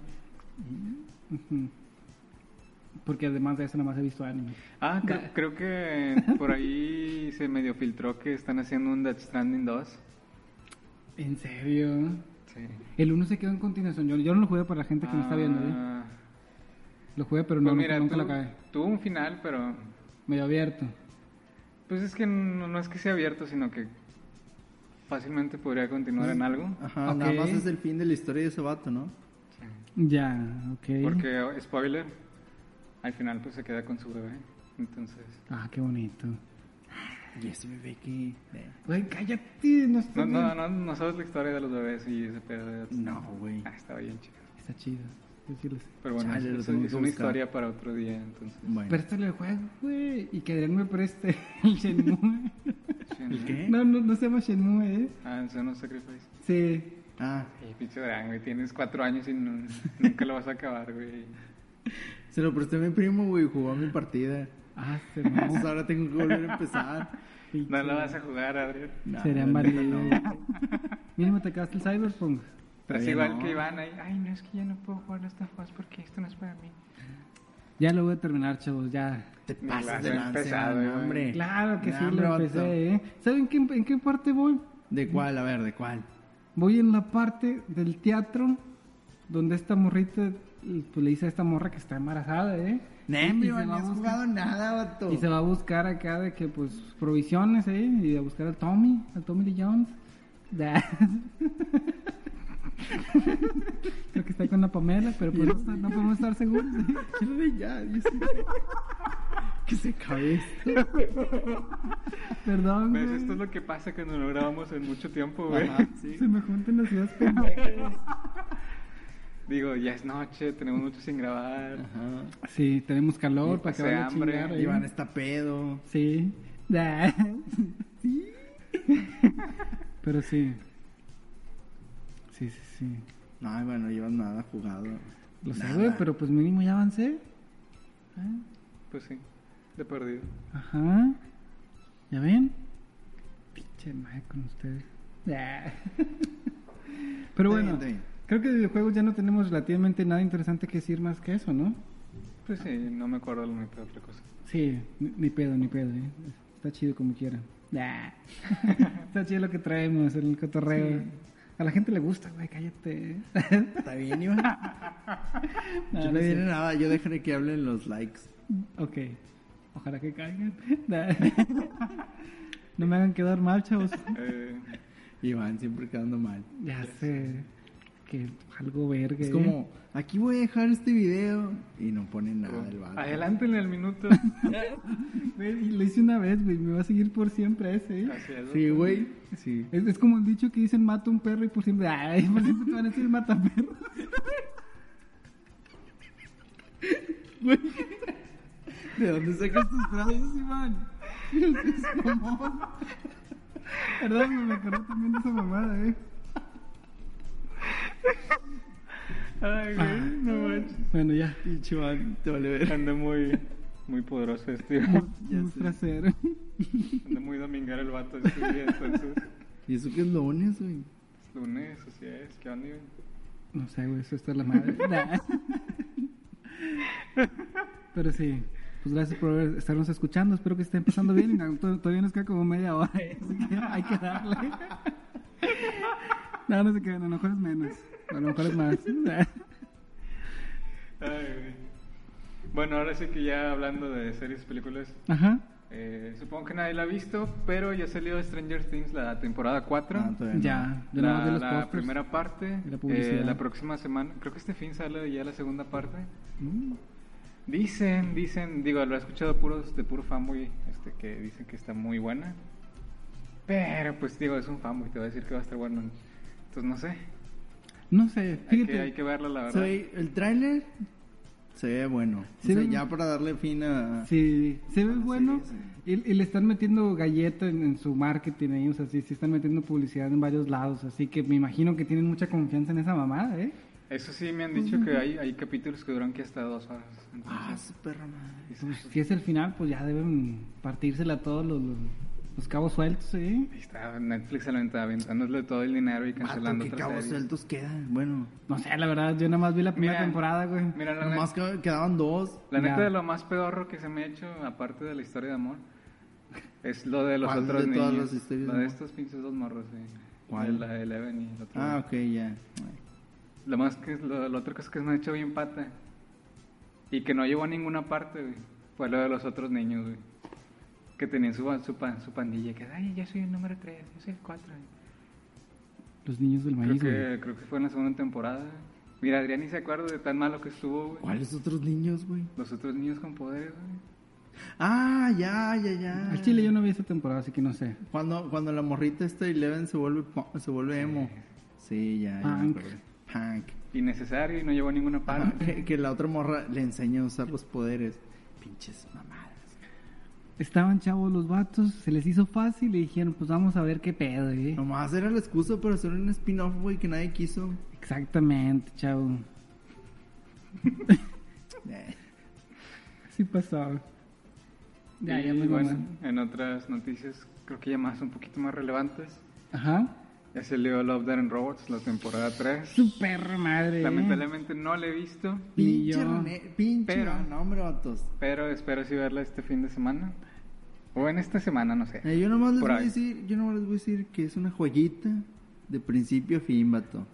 Speaker 1: Ujú. Porque además de eso, nada más he visto anime.
Speaker 3: Ah, cre- creo que por ahí se medio filtró que están haciendo un Death Stranding 2.
Speaker 1: ¿En serio?
Speaker 3: Sí.
Speaker 1: El uno se quedó en continuación. Yo, yo no lo jugué para la gente que me está viendo, ¿eh?
Speaker 3: Ah,
Speaker 1: Lo jugué, pero
Speaker 3: pues
Speaker 1: no,
Speaker 3: mira,
Speaker 1: nunca
Speaker 3: tu-
Speaker 1: lo acabé.
Speaker 3: tuvo un final, pero
Speaker 1: Medio abierto.
Speaker 3: pues es que no, no es que sea abierto, sino que fácilmente podría continuar en algo.
Speaker 2: Ajá,
Speaker 1: Ok.
Speaker 2: nada más es el fin de la historia de ese vato, ¿no?
Speaker 1: Ya, ok.
Speaker 3: Porque, spoiler, al final pues se queda con su bebé. Entonces,
Speaker 1: Ah, qué bonito.
Speaker 2: Y ese bebé que... eh,
Speaker 1: Güey, cállate, no está
Speaker 3: no,
Speaker 1: bien.
Speaker 3: no, no, no sabes la historia de los bebés y ese pedo de...
Speaker 2: No, güey.
Speaker 3: Ah, está bien chido.
Speaker 1: Está chido. Yo sí lo sé.
Speaker 3: Pero bueno,
Speaker 2: Chale, lo
Speaker 3: es,
Speaker 2: tengo
Speaker 3: es
Speaker 2: que
Speaker 3: una
Speaker 2: buscar.
Speaker 3: historia para otro día, entonces.
Speaker 2: Bueno.
Speaker 1: Préstale el juego, güey. Y que Adrián me preste el Shenmue.
Speaker 3: ¿El
Speaker 2: qué?
Speaker 1: no, no, no se llama Shenmue, ¿eh?
Speaker 3: Ah, el Son of Sacrifice.
Speaker 1: Sí.
Speaker 2: Ah,
Speaker 3: Y pinche Drang, güey, tienes cuatro años y no- nunca lo vas a acabar, güey.
Speaker 2: se lo presté a mi primo, güey, jugó a mi partida.
Speaker 1: Ah, se
Speaker 2: Entonces
Speaker 1: mamó.
Speaker 2: ahora tengo que volver a empezar.
Speaker 3: No lo vas a jugar, Adrián.
Speaker 2: No,
Speaker 1: Sería
Speaker 2: la neta,
Speaker 1: válido. Mínimo te cagaste el Cyberpunk.
Speaker 3: Estás
Speaker 2: Todavía
Speaker 3: igual
Speaker 2: no.
Speaker 3: que Iván ahí. Ay, no, es que ya no puedo jugar a Last of Us porque esto no es para mí.
Speaker 1: Ya lo voy a terminar, chavos, ya.
Speaker 2: Te
Speaker 3: Ni
Speaker 2: pasas
Speaker 3: vas
Speaker 2: de
Speaker 3: a
Speaker 2: lanza,
Speaker 3: empezar, güey.
Speaker 2: hombre.
Speaker 1: Claro que
Speaker 2: Nah,
Speaker 1: sí,
Speaker 2: hombre,
Speaker 1: lo
Speaker 2: vato.
Speaker 1: empecé, ¿eh? ¿Saben qué, en qué parte voy?
Speaker 2: ¿De cuál? A ver, ¿de cuál?
Speaker 1: Voy en la parte del teatro donde esta morrita y, pues, le dice a esta morra que está embarazada, ¿eh? Y- y
Speaker 2: Nembio,
Speaker 1: se
Speaker 2: no
Speaker 1: va a
Speaker 2: has
Speaker 1: buscar-
Speaker 2: jugado nada, vato.
Speaker 1: Y se va a buscar acá de que, pues, provisiones, ¿eh? Y a buscar al Tommy, al Tommy Lee Jones. Da- Creo que está con la Pamela, pero pues, no, no podemos estar seguros. ¿eh?
Speaker 2: Yo de ya, yo sí. que se acabe esto.
Speaker 1: Perdón,
Speaker 3: Pues
Speaker 1: güey.
Speaker 3: esto es lo que pasa cuando no grabamos en mucho tiempo, güey.
Speaker 2: Ajá, sí.
Speaker 1: Se me juntan las ideas pendejas.
Speaker 3: Digo, ya es noche, tenemos mucho sin grabar.
Speaker 2: Ajá.
Speaker 1: Sí, tenemos calor,
Speaker 3: Y
Speaker 1: para
Speaker 3: pasé
Speaker 1: que vaya a
Speaker 3: hambre,
Speaker 1: chingar, ¿eh?
Speaker 2: Iván está pedo.
Speaker 1: Sí. Da. Sí. Pero sí. Sí, sí, sí.
Speaker 2: No, Iván, no llevas nada jugado.
Speaker 1: Lo sé,
Speaker 2: Nada.
Speaker 1: güey, pero pues mínimo ya avancé. Ah,
Speaker 3: Pues sí, de perdido.
Speaker 1: Ajá. ¿Ya ven? Pinche madre con ustedes. Da. Pero
Speaker 2: Está bien,
Speaker 1: bueno,
Speaker 2: está bien.
Speaker 1: creo que de videojuegos ya no tenemos relativamente nada interesante que decir más que eso, ¿no?
Speaker 3: Pues sí, no me acuerdo la mitad de otra cosa.
Speaker 1: Sí, ni, ni pedo, ni pedo, ¿eh? Está chido como quiera. Nah. Está chido lo que traemos, el cotorreo. A la gente le gusta, güey, cállate.
Speaker 2: Está bien, Iván.
Speaker 1: No,
Speaker 2: yo
Speaker 1: no
Speaker 2: no
Speaker 1: es
Speaker 2: diré
Speaker 1: cierto.
Speaker 2: nada, yo dejaré que hablen los likes.
Speaker 1: ok, ojalá que caigan. Nah. No me hagan quedar mal, chavos.
Speaker 3: Eh,
Speaker 2: Iván siempre quedando mal.
Speaker 1: Ya sé que algo verga.
Speaker 2: Es
Speaker 1: ¿eh?
Speaker 2: como, aquí voy a dejar este video y no ponen nada del Ah, vato.
Speaker 3: adelántale al minuto.
Speaker 1: Güey, y lo hice una vez, güey, me va a seguir por siempre ese, ¿eh?
Speaker 3: Así es.
Speaker 2: Sí, güey. Sí.
Speaker 1: Es, es como el dicho que dicen mata un perro y por siempre. Ay, por siempre te van a decir mata perro.
Speaker 2: ¿De dónde sacas tus frases, Iván?
Speaker 1: Perdón, güey, me acordé también de esa mamada, ¿eh?
Speaker 3: Ay, güey, no manches.
Speaker 1: Bueno, ya.
Speaker 2: Pinche Iván, te vale ver.
Speaker 3: Anda muy, muy poderoso este.
Speaker 1: Ya
Speaker 2: sé.
Speaker 1: trasero.
Speaker 3: Anda muy domingar el vato este día, entonces.
Speaker 2: ¿Y eso qué es lunes, güey?
Speaker 3: Es lunes, así es. ¿Qué onda, güey?
Speaker 1: No sé, güey, eso está la madre. Nah. Pero sí, pues gracias por estarnos escuchando. Espero que estén pasando bien. Y no, to- Todavía nos queda como media hora, ¿eh? así que hay que darle. No, no se quedan, a lo mejor es menos. A lo mejor es más. Nah.
Speaker 3: Ay, güey. Bueno, ahora sí que ya hablando de series y películas,
Speaker 1: Ajá.
Speaker 3: eh, supongo que nadie la ha visto, pero ya salió Stranger Things la temporada 4.
Speaker 2: Ah, todavía no.
Speaker 1: Ya, yo nada más
Speaker 3: la,
Speaker 1: de los
Speaker 3: la
Speaker 1: posters.
Speaker 3: primera parte,
Speaker 1: Y la publicidad.
Speaker 3: eh, la próxima semana, creo que este fin sale ya la segunda parte.
Speaker 1: Mm.
Speaker 3: Dicen, dicen, digo, lo he escuchado puros, de puro fanboy, este, que dicen que está muy buena. Pero pues digo, es un fanboy, te voy a decir que va a estar bueno. Entonces no sé,
Speaker 1: No sé,
Speaker 3: hay
Speaker 1: fíjate.
Speaker 3: que, hay que verla la verdad.
Speaker 2: Se ve- el tráiler se ve bueno.
Speaker 1: Sí,
Speaker 2: o sea,
Speaker 1: ve-
Speaker 2: ya para darle fin a...
Speaker 1: Sí, se ve bueno.
Speaker 2: sí,
Speaker 1: Y, y le están metiendo galleta en, en su marketing, ellos así, sí están metiendo publicidad en varios lados, así que me imagino que tienen mucha confianza en esa mamada, ¿eh?
Speaker 3: Eso sí, me han dicho que hay, hay capítulos que duran que hasta dos horas. Entonces,
Speaker 2: Ah, su perra madre.
Speaker 1: Pues, si es el final, pues ya deben partírsela a todos los, los- los cabos sueltos, ¿eh?
Speaker 3: ahí está Netflix se lo aventaba, aventándole todo el dinero y
Speaker 2: Vato,
Speaker 3: cancelando
Speaker 2: que
Speaker 3: otras
Speaker 2: cabos
Speaker 3: series.
Speaker 2: sueltos quedan. Bueno,
Speaker 1: No sé, la verdad, yo nada más vi la primera
Speaker 3: Mira,
Speaker 1: temporada, güey.
Speaker 3: Mira, la,
Speaker 2: nomás que- quedaban dos.
Speaker 3: La neta
Speaker 1: Ya.
Speaker 3: de lo más pedorro que se me ha hecho, aparte de la historia de amor, es lo de los
Speaker 2: ¿Cuál
Speaker 3: otros
Speaker 2: de
Speaker 3: niños.
Speaker 2: todas las historias
Speaker 3: lo
Speaker 2: de
Speaker 3: de
Speaker 2: amor?
Speaker 3: estos pinches dos morros, sí.
Speaker 2: ¿Cuál?
Speaker 3: De la de Eleven y el otro.
Speaker 2: Ah, ok, ya.
Speaker 3: Lo más que es lo, lo otro cosa que se me ha hecho bien pata. Y que no llevó a ninguna parte, güey. Fue lo de los otros niños, güey. Que tenían su, su, pan- su pandilla. Que, ay, yo soy el número 3, yo soy el 4.
Speaker 1: Los niños del
Speaker 3: Creo
Speaker 1: maíz, güey.
Speaker 3: que, creo que fue en la segunda temporada. Mira, Adrián ni se acuerda de tan malo que estuvo, güey.
Speaker 2: ¿Cuáles otros niños, güey?
Speaker 3: Los otros niños con poderes, güey.
Speaker 2: Ah, ya, ya, ya.
Speaker 1: Al Chile yo no vi esa temporada, así que no sé.
Speaker 2: Cuando, cuando la morrita esta Eleven se vuelve, po- se vuelve emo. Sí, ya, ya me
Speaker 1: Punk.
Speaker 2: acordé. Punk.
Speaker 3: Innecesario y no llevó a ninguna
Speaker 2: Ah,
Speaker 3: parte.
Speaker 2: que, que la otra morra le enseña a usar los poderes. Pinches mamadas.
Speaker 1: Estaban chavos los vatos, se les hizo fácil y dijeron, pues vamos a ver qué pedo, eh.
Speaker 2: Nomás era la excusa para hacer un spin-off, güey, que nadie quiso.
Speaker 1: Exactamente, chavo.
Speaker 2: Eh,
Speaker 1: Sí pasaba. Ya,
Speaker 3: Y,
Speaker 1: ya me
Speaker 3: bueno,
Speaker 1: mamé.
Speaker 3: en otras noticias, creo que ya más un poquito más relevantes.
Speaker 1: Ajá.
Speaker 3: Ya salió Love, Death and Robots, la temporada 3.
Speaker 1: Su perra madre. eh.
Speaker 3: Lamentablemente no la he visto,
Speaker 1: Ni
Speaker 2: Pinche,
Speaker 1: yo.
Speaker 2: René- pinche
Speaker 3: Pero-
Speaker 2: no, nombre, vatos.
Speaker 3: pero espero sí verla este fin de semana. O en esta semana, no sé.
Speaker 2: Eh, yo nomás les
Speaker 3: Por
Speaker 2: voy a
Speaker 3: ahí.
Speaker 2: decir, yo nomás les voy a decir que es una joyita de principio a fin, vato.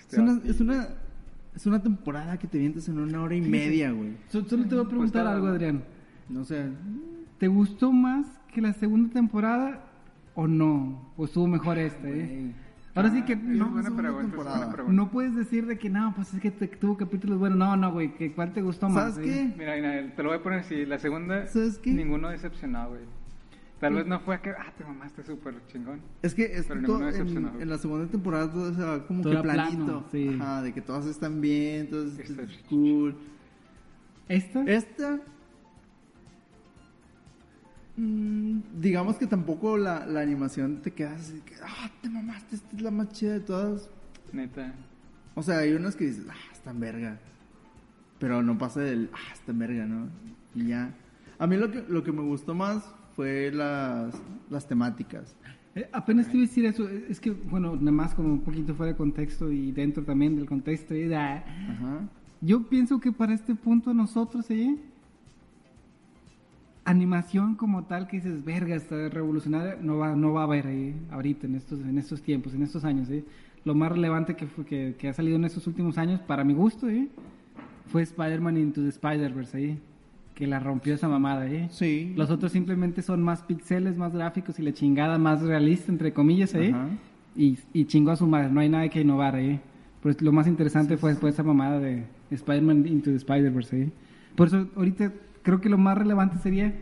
Speaker 3: Este
Speaker 2: Es una,
Speaker 3: vato-
Speaker 2: es una, es una temporada que te vientas en una hora y media, güey.
Speaker 1: So- Solo te voy a preguntar
Speaker 3: Pues,
Speaker 1: algo,
Speaker 3: claro.
Speaker 1: Adrián.
Speaker 2: No
Speaker 1: Eh,
Speaker 2: sé.
Speaker 1: ¿Te gustó más que la segunda temporada o no? ¿O estuvo mejor esta, eh?
Speaker 2: güey.
Speaker 1: Ahora sí
Speaker 3: Ah,
Speaker 1: que
Speaker 3: es
Speaker 1: no,
Speaker 3: buena
Speaker 2: es una
Speaker 3: pregunta, es
Speaker 2: temporada.
Speaker 3: buena pregunta.
Speaker 1: no puedes decir de que no, pues es que te- tuvo capítulos buenos. No, no, güey, que ¿cuál te gustó más?
Speaker 2: ¿Sabes
Speaker 1: eh?
Speaker 2: qué?
Speaker 3: Mira, mira, te lo voy a poner así. La segunda,
Speaker 2: ¿Sabes qué?
Speaker 3: ninguno decepcionado, güey. Tal vez no fue que, ah, te mamaste súper chingón.
Speaker 2: Es que es
Speaker 3: Pero
Speaker 2: que
Speaker 3: ninguno
Speaker 2: todo-
Speaker 3: decepcionado,
Speaker 2: en,
Speaker 3: güey.
Speaker 2: en la segunda temporada todo se va como
Speaker 1: Todo
Speaker 2: que
Speaker 1: era plano,
Speaker 2: planito.
Speaker 1: sí. Este
Speaker 2: Ajá, de que todas están bien, todas
Speaker 3: Está
Speaker 2: es
Speaker 3: ch-
Speaker 2: cool.
Speaker 1: ¿Esta?
Speaker 2: Esta. mm, digamos que tampoco la, la animación te quedas así que, ah, te mamaste, esta es la más chida de todas.
Speaker 3: Neta.
Speaker 2: O sea, hay unas que dices, ah, está en verga. Pero no pasa del, ah, está en verga, ¿no? Y ya. A mí lo que, lo que me gustó más fue las, las temáticas.
Speaker 1: Eh, apenas te iba a decir eso. eh, Es que, bueno, nada más como un poquito fuera de contexto y dentro también del contexto. eh, da.
Speaker 2: Ajá.
Speaker 1: Yo pienso que para este punto nosotros, ¿eh? Animación como tal que dices, verga, está revolucionaria, no va, no va a haber ¿eh? ahorita, en estos, en estos tiempos, en estos años, ¿eh? Lo más relevante que, fue- que, que ha salido en estos últimos años, para mi gusto, ¿eh? Fue Spider-Man Into the Spider-Verse, ¿eh? Que la rompió esa mamada, ¿eh?
Speaker 2: Sí.
Speaker 1: Los otros simplemente son más pixeles, más gráficos y la chingada más realista, entre comillas, ¿eh?
Speaker 2: Ajá.
Speaker 1: Y, y chingó a su madre, no hay nada que innovar, ¿eh? Pero lo más interesante fue después esa mamada de Spider-Man Into the Spider-Verse, ¿eh? Por eso ahorita creo que lo más relevante sería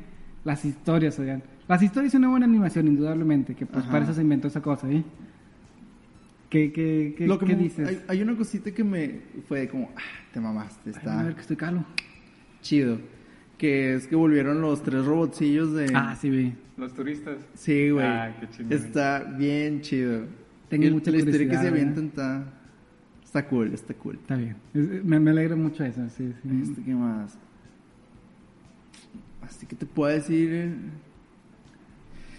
Speaker 1: las historias, oigan. Las historias son una buena animación, indudablemente, que pues
Speaker 2: Ajá.
Speaker 1: para eso se inventó esa cosa, ¿eh? ¿Qué, qué, qué,
Speaker 2: Lo que
Speaker 1: qué
Speaker 2: me-
Speaker 1: dices?
Speaker 2: Hay, hay una cosita que me fue como, ah, te mamaste,
Speaker 1: Ay, a
Speaker 2: está
Speaker 1: ver que estoy calo.
Speaker 2: chido. Que es que volvieron los tres robotcillos de...
Speaker 1: Ah, sí, vi.
Speaker 3: Los turistas.
Speaker 2: Sí, güey.
Speaker 3: Ah, qué chingón.
Speaker 2: Está bien chido.
Speaker 1: Tengo
Speaker 2: El-
Speaker 1: mucha
Speaker 2: La historia que
Speaker 1: curiosidad, ¿eh?
Speaker 2: se
Speaker 1: ¿verdad?
Speaker 2: avientan está, está cool, está cool.
Speaker 1: Está bien. Es- Me, me alegra mucho eso, sí, sí.
Speaker 2: Este, ¿qué más? Así que te puedo decir... eh,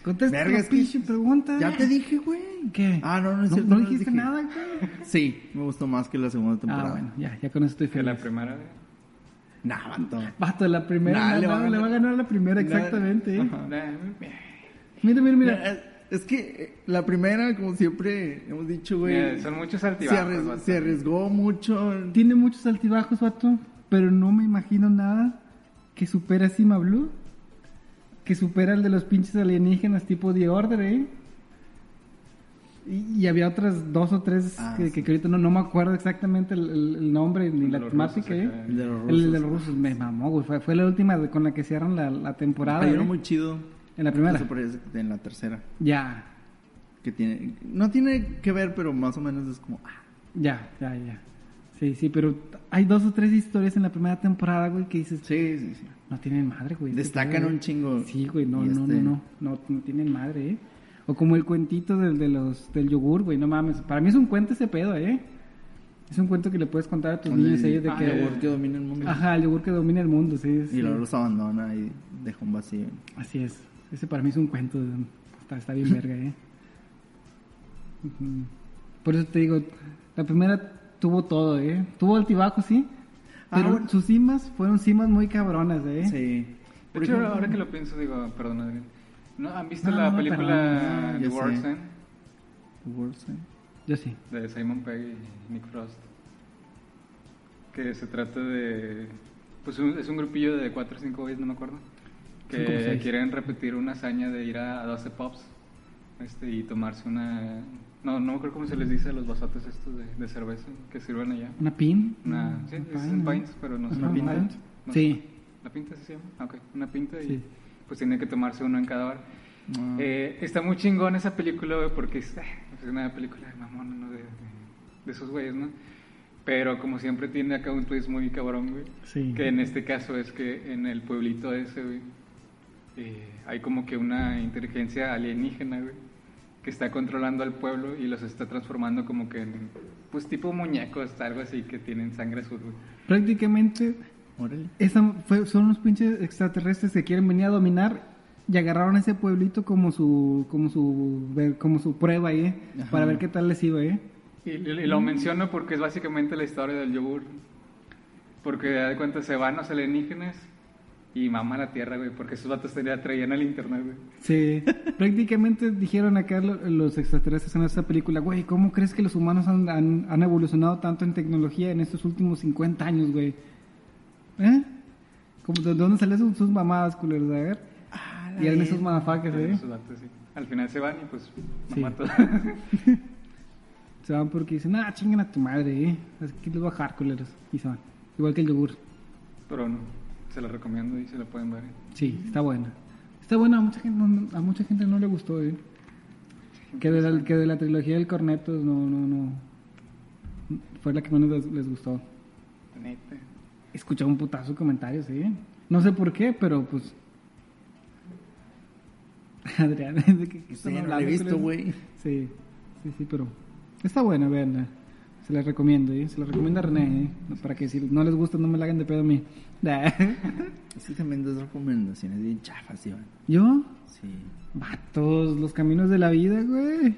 Speaker 1: Contesta
Speaker 2: Verga,
Speaker 1: la
Speaker 2: es que-
Speaker 1: pinche pregunta.
Speaker 2: Ya te dije, güey.
Speaker 1: ¿Qué?
Speaker 2: Ah, no, no es
Speaker 1: ¿No,
Speaker 2: cierto.
Speaker 1: ¿no
Speaker 2: les
Speaker 1: dijiste
Speaker 2: dije.
Speaker 1: nada, güey?
Speaker 2: Sí, me gustó más que la segunda temporada.
Speaker 1: Ah, bueno, ya, ya con eso estoy
Speaker 3: Que
Speaker 1: feliz.
Speaker 3: la primera vez.
Speaker 2: Nah, vato.
Speaker 1: Bato, la primera.
Speaker 2: Nah,
Speaker 1: no,
Speaker 2: le va
Speaker 1: no,
Speaker 2: a ganar-
Speaker 1: le va a ganar la primera,
Speaker 2: Nah,
Speaker 1: exactamente. ¿eh?
Speaker 2: ajá.
Speaker 1: Mira, mira, mira.
Speaker 2: Mira, es que eh, la primera, como siempre hemos dicho, güey,
Speaker 3: Mira, son muchos
Speaker 2: se,
Speaker 3: altibajos.
Speaker 2: arres-
Speaker 3: vato.
Speaker 2: se arriesgó mucho.
Speaker 1: Tiene muchos altibajos, Bato, pero no me imagino nada que supera Sima Blue. Que supera el de los pinches alienígenas tipo The Order, ¿eh? Y, y había otras dos o tres
Speaker 2: Ah,
Speaker 1: que,
Speaker 2: sí.
Speaker 1: que- que ahorita no, no me acuerdo exactamente el, el- el nombre ni la
Speaker 3: Los
Speaker 1: temática,
Speaker 3: rusos
Speaker 1: ¿eh?
Speaker 3: acá.
Speaker 2: El de los
Speaker 1: El de
Speaker 2: rusos.
Speaker 1: los rusos me mamó, güey. Fue, fue la última de- con la que cierran la, la temporada.
Speaker 2: Hay
Speaker 1: ¿eh?
Speaker 2: uno muy chido.
Speaker 1: En la
Speaker 2: que
Speaker 1: primera.
Speaker 2: se parece En la tercera.
Speaker 1: Ya,
Speaker 2: Que tiene, no tiene que ver, pero más o menos es como. ah,
Speaker 1: ya, ya, ya. Sí, sí, pero t- hay dos o tres historias en la primera temporada, güey, que dices,
Speaker 2: Sí, sí, sí.
Speaker 1: no tienen madre, güey. este
Speaker 2: Destacan
Speaker 1: pedo, güey".
Speaker 2: un chingo.
Speaker 1: Sí, güey, no,
Speaker 2: Y
Speaker 1: no,
Speaker 2: este-
Speaker 1: no, no, no, no tienen madre, ¿eh? O como el cuentito del, de los, del yogur, güey, no mames. Para mí es un cuento ese pedo, ¿eh? Es un cuento que le puedes contar a tus
Speaker 2: Con
Speaker 1: niños
Speaker 2: el,
Speaker 1: ellos de
Speaker 2: ah,
Speaker 1: que...
Speaker 2: el yogur que domina el mundo.
Speaker 1: Ajá, el yogur que domina el mundo, sí.
Speaker 2: Y
Speaker 1: sí.
Speaker 2: luego los abandona y deja un vacío.
Speaker 1: Así es. Ese para mí es un cuento. de- Está, está bien verga, ¿eh? Ujú. Por eso te digo, la primera tuvo todo, ¿eh? Tuvo altibajos, sí.
Speaker 2: Ah,
Speaker 1: Pero
Speaker 2: bueno.
Speaker 1: sus cimas fueron cimas muy cabronas, ¿eh?
Speaker 2: Sí.
Speaker 3: De
Speaker 2: Por
Speaker 3: hecho,
Speaker 2: ejemplo,
Speaker 3: ahora que lo pienso, digo, perdón, Adrián. ¿No han visto
Speaker 1: No,
Speaker 3: la
Speaker 1: no,
Speaker 3: película
Speaker 2: perdón. Ah,
Speaker 3: The
Speaker 2: ya
Speaker 3: World's
Speaker 2: sé.
Speaker 3: End?
Speaker 2: The World's End.
Speaker 1: Yo sí.
Speaker 3: de Simon Pegg y Nick Frost. Que se trata de. Pues un- es un grupillo de 4 o 5 güeyes, no me acuerdo.
Speaker 1: Son como
Speaker 3: Que
Speaker 1: seis.
Speaker 3: quieren repetir una hazaña de ir a, a 12 pubs este, y tomarse una, No, no me acuerdo cómo se les dice a los vasotes estos de, de cerveza que sirven allá.
Speaker 1: ¿Una pin?
Speaker 3: Una, sí,
Speaker 1: Un
Speaker 3: dicen
Speaker 1: pine,
Speaker 3: pints, pero no sé.
Speaker 2: ¿Una
Speaker 3: cómo
Speaker 2: pinta?
Speaker 3: es. No sé.
Speaker 1: Sí.
Speaker 3: ¿La pinta sí se llama? Ah, Ok, una pinta y
Speaker 1: Sí.
Speaker 3: pues tiene que tomarse uno en cada hora.
Speaker 2: Ah.
Speaker 3: Eh, está muy chingón esa película, güey, porque es, eh, pues, es una película de mamón, ¿no? De, de- de esos güeyes, ¿no? Pero como siempre tiene acá un twist muy cabrón, güey.
Speaker 1: Sí.
Speaker 3: Que en este caso es que en el pueblito ese, güey, eh, hay como que una inteligencia alienígena, güey, que está controlando al pueblo y los está transformando como que en, pues tipo muñecos, algo así, que tienen sangre azul, güey.
Speaker 1: Prácticamente
Speaker 2: Órale.
Speaker 1: esa fue- son unos pinches extraterrestres que quieren venir a dominar y agarraron a ese pueblito como su como su ver- como su prueba ahí, ¿eh?
Speaker 2: Ajá.
Speaker 1: para ver qué tal les iba, ¿eh?
Speaker 3: Y, y lo menciono porque es básicamente la historia del yogur. Porque da de cuenta se van los alienígenas y mama la tierra, güey. Porque esos vatos tenía, traían al internet, güey.
Speaker 1: Sí, prácticamente dijeron acá lo- los extraterrestres en esa película, güey, ¿cómo crees que los humanos han, han- han evolucionado tanto en tecnología en estos últimos 50 años, güey? ¿Eh? Como, ¿De dónde salen sus, sus mamadas, culeros? A ver. Y eran esos motherfuckers, ¿eh?
Speaker 3: Esos vatos, sí. Al final se van y pues
Speaker 1: Sí.
Speaker 3: mama todo.
Speaker 1: Se van porque dicen, ah, chingan a tu madre, ¿eh? Así que los voy a dejar, culeros. Y se van. Igual que el yogur.
Speaker 3: Pero no, se lo recomiendo y se lo pueden ver. ¿eh?
Speaker 1: Sí, está buena. Está buena, a mucha gente no, a mucha gente no le gustó, ¿eh? Que de la, que de la trilogía del Cornetos no, no, no. Fue la que menos les- les gustó.
Speaker 3: La neta.
Speaker 1: Escuché un putazo de comentarios, ¿eh? No sé por qué, pero pues. Adrián, ¿de qué, qué
Speaker 2: Sí,
Speaker 1: están
Speaker 2: no la he
Speaker 1: hablando,
Speaker 2: visto,
Speaker 1: culero?
Speaker 2: güey.
Speaker 1: Sí, sí, sí, pero. Está buena, veanla. Se la recomiendo, ¿eh? Se la recomiendo a René, ¿eh? Para que si no les gusta, no me la hagan de pedo a mí. Nah.
Speaker 2: Es que también das recomendaciones bien chafas, Iván.
Speaker 1: ¿Yo?
Speaker 2: Sí.
Speaker 1: Vatos, los caminos de la vida, güey.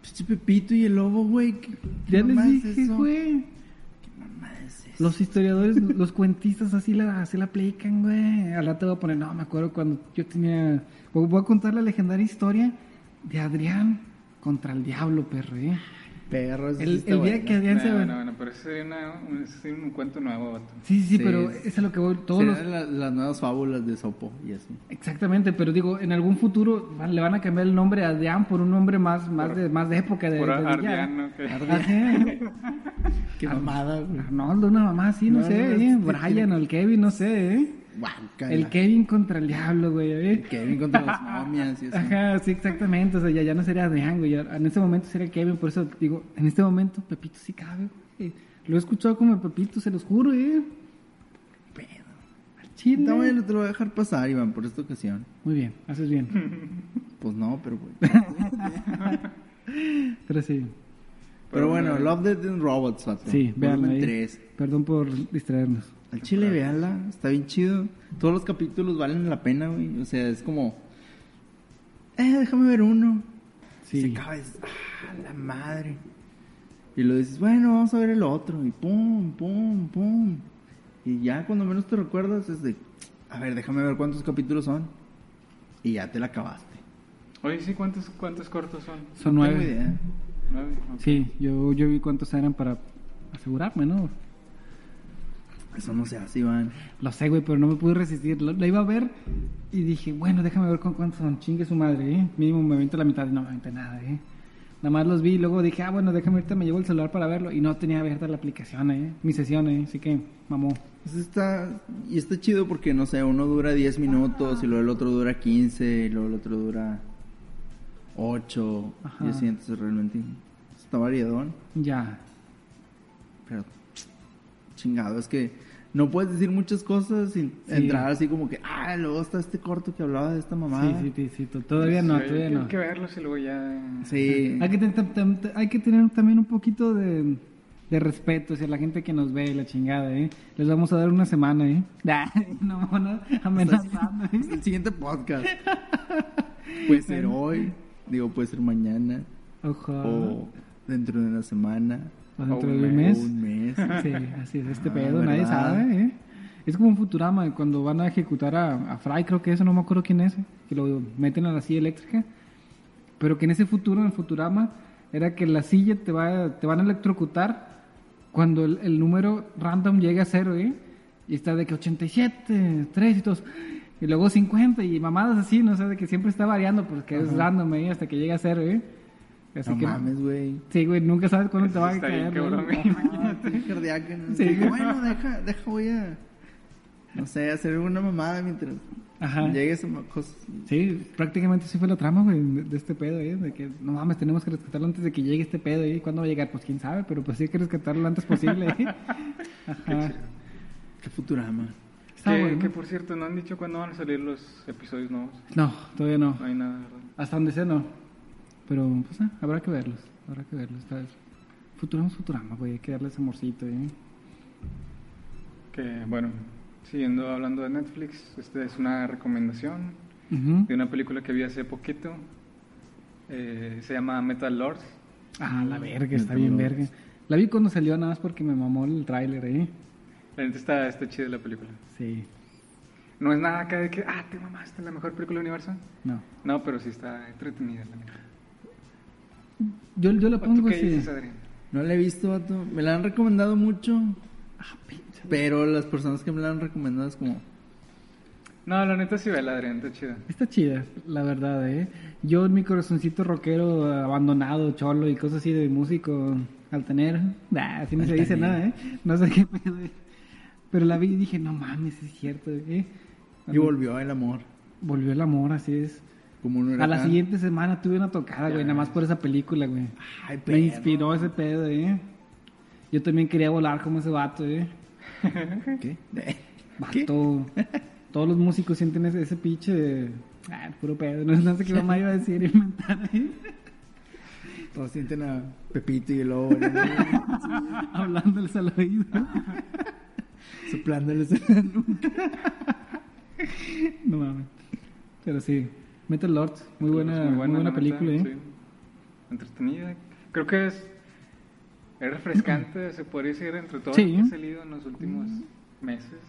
Speaker 2: Pinche Pepito y el lobo, güey. ¿qué- qué
Speaker 1: Ya les
Speaker 2: mamá es
Speaker 1: dije,
Speaker 2: eso? Ah,
Speaker 1: güey.
Speaker 2: ¿Qué mamá es eso?
Speaker 1: Los historiadores, los cuentistas así la, así la aplican, güey. Al rato voy a poner, no, me acuerdo cuando yo tenía... Voy voy a contar la legendaria historia de Adrián contra el diablo, perro, ¿eh?
Speaker 2: perros.
Speaker 1: El, el día que Adrián se...
Speaker 3: Nah, bueno, bueno, pero ese sería, una, un, ese sería un cuento nuevo, vato.
Speaker 1: Sí, sí,
Speaker 2: Sí,
Speaker 1: pero
Speaker 2: es-
Speaker 1: eso es a lo que voy... Todos los...
Speaker 2: las nuevas fábulas de Sopo y eso.
Speaker 1: Exactamente, pero digo, en algún futuro van- le van a cambiar el nombre a Adrián por un nombre más, más, de, más de época. De, ¿eh?
Speaker 3: Por
Speaker 1: de- de- ya.
Speaker 3: Ardian, ¿no? Que-
Speaker 1: Ajá.
Speaker 2: Qué mamada, güey.
Speaker 1: Arnoldo, una mamá así, no,
Speaker 2: No,
Speaker 1: sé,
Speaker 2: no,
Speaker 1: ¿eh?
Speaker 2: es-
Speaker 1: Brian o el Kevin, no sé, ¿eh?
Speaker 2: Guácala.
Speaker 1: El Kevin contra el diablo, güey, ¿eh?
Speaker 2: El Kevin contra las momias y eso.
Speaker 1: Ajá, sí, exactamente. O sea, ya, ya no sería Adrián, güey. ya- En este momento sería Kevin. Por eso digo, en este momento Pepito sí cabe, güey. Lo he escuchado como Pepito, se los juro, eh.
Speaker 2: Pedo.
Speaker 1: Al chile.
Speaker 2: Está bueno, te lo voy a dejar pasar, Iván, por esta ocasión.
Speaker 1: Muy bien, haces bien.
Speaker 2: Pues no, pero güey.
Speaker 1: Pero sí,
Speaker 2: Pero bueno, Love, Death and Robots, vato.
Speaker 1: sí, veanla
Speaker 2: Volumen
Speaker 1: ahí.
Speaker 2: 3.
Speaker 1: Perdón por distraernos.
Speaker 2: Al chile, véanla, está bien chido. Todos los capítulos valen la pena, güey. O sea, es como, eh, déjame ver uno.
Speaker 1: Sí.
Speaker 2: Se acaba, es, ah, la madre. Y lo dices, bueno, vamos a ver el otro. Y pum, pum, pum. Y ya cuando menos te recuerdas es de, a ver, déjame ver cuántos capítulos son. Y ya te la acabaste.
Speaker 3: Oye, sí, ¿cuántos, ¿cuántos cortos son?
Speaker 1: Son
Speaker 2: No tengo
Speaker 1: nueve.
Speaker 2: idea.
Speaker 3: ¿Nueve? Ok.
Speaker 1: Sí, yo, yo vi cuántos eran para asegurarme, ¿no?
Speaker 2: Eso no se hace, Iván.
Speaker 1: Lo sé, güey, pero no me pude resistir. Lo- La iba a ver y dije, bueno, déjame ver con cuántos son. Chingue su madre, ¿eh? Mínimo me avento la mitad y no me aventé nada, ¿eh? Nada más los vi y luego dije, ah, bueno, déjame ahorita me llevo el celular para verlo. Y no tenía abierta la aplicación, ¿eh? Mi sesión, ¿eh? Así que, mamó.
Speaker 2: Eso Pues está, y está chido porque, no sé, uno dura 10 minutos y luego el otro dura 15 y luego el otro dura 8
Speaker 1: Ajá.
Speaker 2: y así, entonces realmente está variadón,
Speaker 1: Ya.
Speaker 2: pero chingado, es que no puedes decir muchas cosas sin
Speaker 1: Sí.
Speaker 2: entrar así como que, ah, luego está este corto que hablaba de esta mamada.
Speaker 1: Sí, sí, sí, sí. to- Todavía no,
Speaker 3: Sí,
Speaker 1: todavía
Speaker 3: hay
Speaker 1: no.
Speaker 3: que verlos y luego ya...
Speaker 2: Sí.
Speaker 1: Hay que, ten- tam- tam- hay que tener también un poquito de, de respeto hacia la gente que nos ve y la chingada, ¿eh? Les vamos a dar una semana, ¿eh? Ya, no me van a amenazar, ¿eh?
Speaker 2: Es el siguiente podcast. puede ser hoy, digo, puede ser mañana
Speaker 1: Ojo.
Speaker 3: Oh,
Speaker 2: o dentro de una semana
Speaker 1: O dentro
Speaker 3: O un
Speaker 1: de Ah. un mes.
Speaker 3: mes.
Speaker 2: o un mes.
Speaker 1: Sí, así es este
Speaker 2: Ah,
Speaker 1: pedo, nadie
Speaker 2: ¿verdad?
Speaker 1: sabe, ¿eh? Es como un Futurama, cuando van a ejecutar a, a Fry, creo que eso, no me acuerdo quién es, ¿eh? que lo meten a la silla eléctrica, pero que en ese futuro, en el Futurama, era que la silla te, va, te van a electrocutar cuando el, el número random llega a cero, ¿eh? Y está de que 87, 3 y todos, y luego 50 y mamadas así, no sé, de que siempre está variando porque es random, ¿eh? Hasta que llega a cero, ¿eh? Así
Speaker 2: No
Speaker 1: que,
Speaker 2: mames, güey.
Speaker 1: Sí, güey, nunca sabes cuándo te
Speaker 3: Eso
Speaker 1: va a
Speaker 3: está
Speaker 1: caer.
Speaker 3: bien
Speaker 1: güey.
Speaker 3: cabrón, güey.
Speaker 2: Imagínate, cardíaca. ¿no?
Speaker 1: Sí.
Speaker 2: Digo, bueno, deja, deja, voy a. No sé, hacer una mamada mientras
Speaker 1: Ajá.
Speaker 2: llegue esa ma- cosa.
Speaker 1: Sí, prácticamente sí fue la trama, güey, de, de este pedo, ¿eh? De que, no mames, tenemos que rescatarlo antes de que llegue este pedo, ¿eh? ¿Cuándo va a llegar? Pues quién sabe, pero pues sí hay que rescatarlo lo antes posible, ¿eh? Ajá.
Speaker 2: Qué futurama.
Speaker 1: Está
Speaker 3: Que,
Speaker 1: Ah, bueno.
Speaker 3: que, por cierto, no han dicho cuándo van a salir los episodios nuevos.
Speaker 1: No, todavía no.
Speaker 3: No hay nada, ¿verdad?
Speaker 1: Hasta donde sé, no. Pero, pues, ah, habrá que verlos. Habrá que verlos. Tal vez. Futurama es Futurama, güey. Hay que darle ese amorcito, ¿eh?
Speaker 3: Que bueno, siguiendo hablando de Netflix, esta es una recomendación
Speaker 1: Ujú.
Speaker 3: de una película que vi hace poquito. Eh, se llama Metal Lords.
Speaker 1: Ah, la verga, está bien verga. La vi cuando salió nada más porque me mamó el tráiler, ¿eh?
Speaker 3: La neta está, está chida la película.
Speaker 1: Sí.
Speaker 3: No es nada acá de que, ah, te mamaste, la mejor película del universo.
Speaker 1: No.
Speaker 3: No, pero sí está entretenida la neta.
Speaker 1: Yo, yo la
Speaker 3: ¿O ¿Tú
Speaker 1: pongo
Speaker 3: qué
Speaker 1: así.
Speaker 3: dices, Adrián?
Speaker 2: No la he visto, vato. Me la han recomendado mucho.
Speaker 1: Ah,
Speaker 2: Pero las personas que me la han recomendado es como.
Speaker 3: No, la neta sí ve la Adrián, está chida.
Speaker 1: Está chida, la verdad, ¿eh? Yo en mi corazoncito rockero abandonado, cholo y cosas así de músico altanero. Nah, así no se dice
Speaker 2: Altanero.
Speaker 1: nada, ¿eh? No sé qué pedo. ¿eh? Pero la vi y dije, no mames, es cierto, ¿eh?
Speaker 2: Y volvió el amor.
Speaker 1: Volvió el amor, así es.
Speaker 2: Como un
Speaker 1: A la
Speaker 2: huracán.
Speaker 1: siguiente semana tuve una tocada, güey, nada más por esa película, güey.
Speaker 2: Ay,
Speaker 1: Me
Speaker 2: perro.
Speaker 1: inspiró ese pedo, ¿eh? Yo también quería volar como ese vato, ¿eh?
Speaker 2: ¿Qué? ¿Qué?
Speaker 1: Vato. Todos los músicos sienten ese, ese pinche. Ah, puro pedo. No, no sé qué mamá iba a decir, inventar ahí.
Speaker 2: Todos sienten a Pepito y el lobo.
Speaker 1: Hablándoles al oído.
Speaker 2: Soplándoles.
Speaker 1: No mames. Pero sí. Metal Lords, muy buena,
Speaker 3: Es
Speaker 1: muy buena,
Speaker 3: la neta,
Speaker 1: película, ¿eh?
Speaker 3: sí. Entretenida. Creo que es, es refrescante, se podría decir, entre todo
Speaker 1: Sí. Mm.
Speaker 3: lo que ha salido en los últimos meses.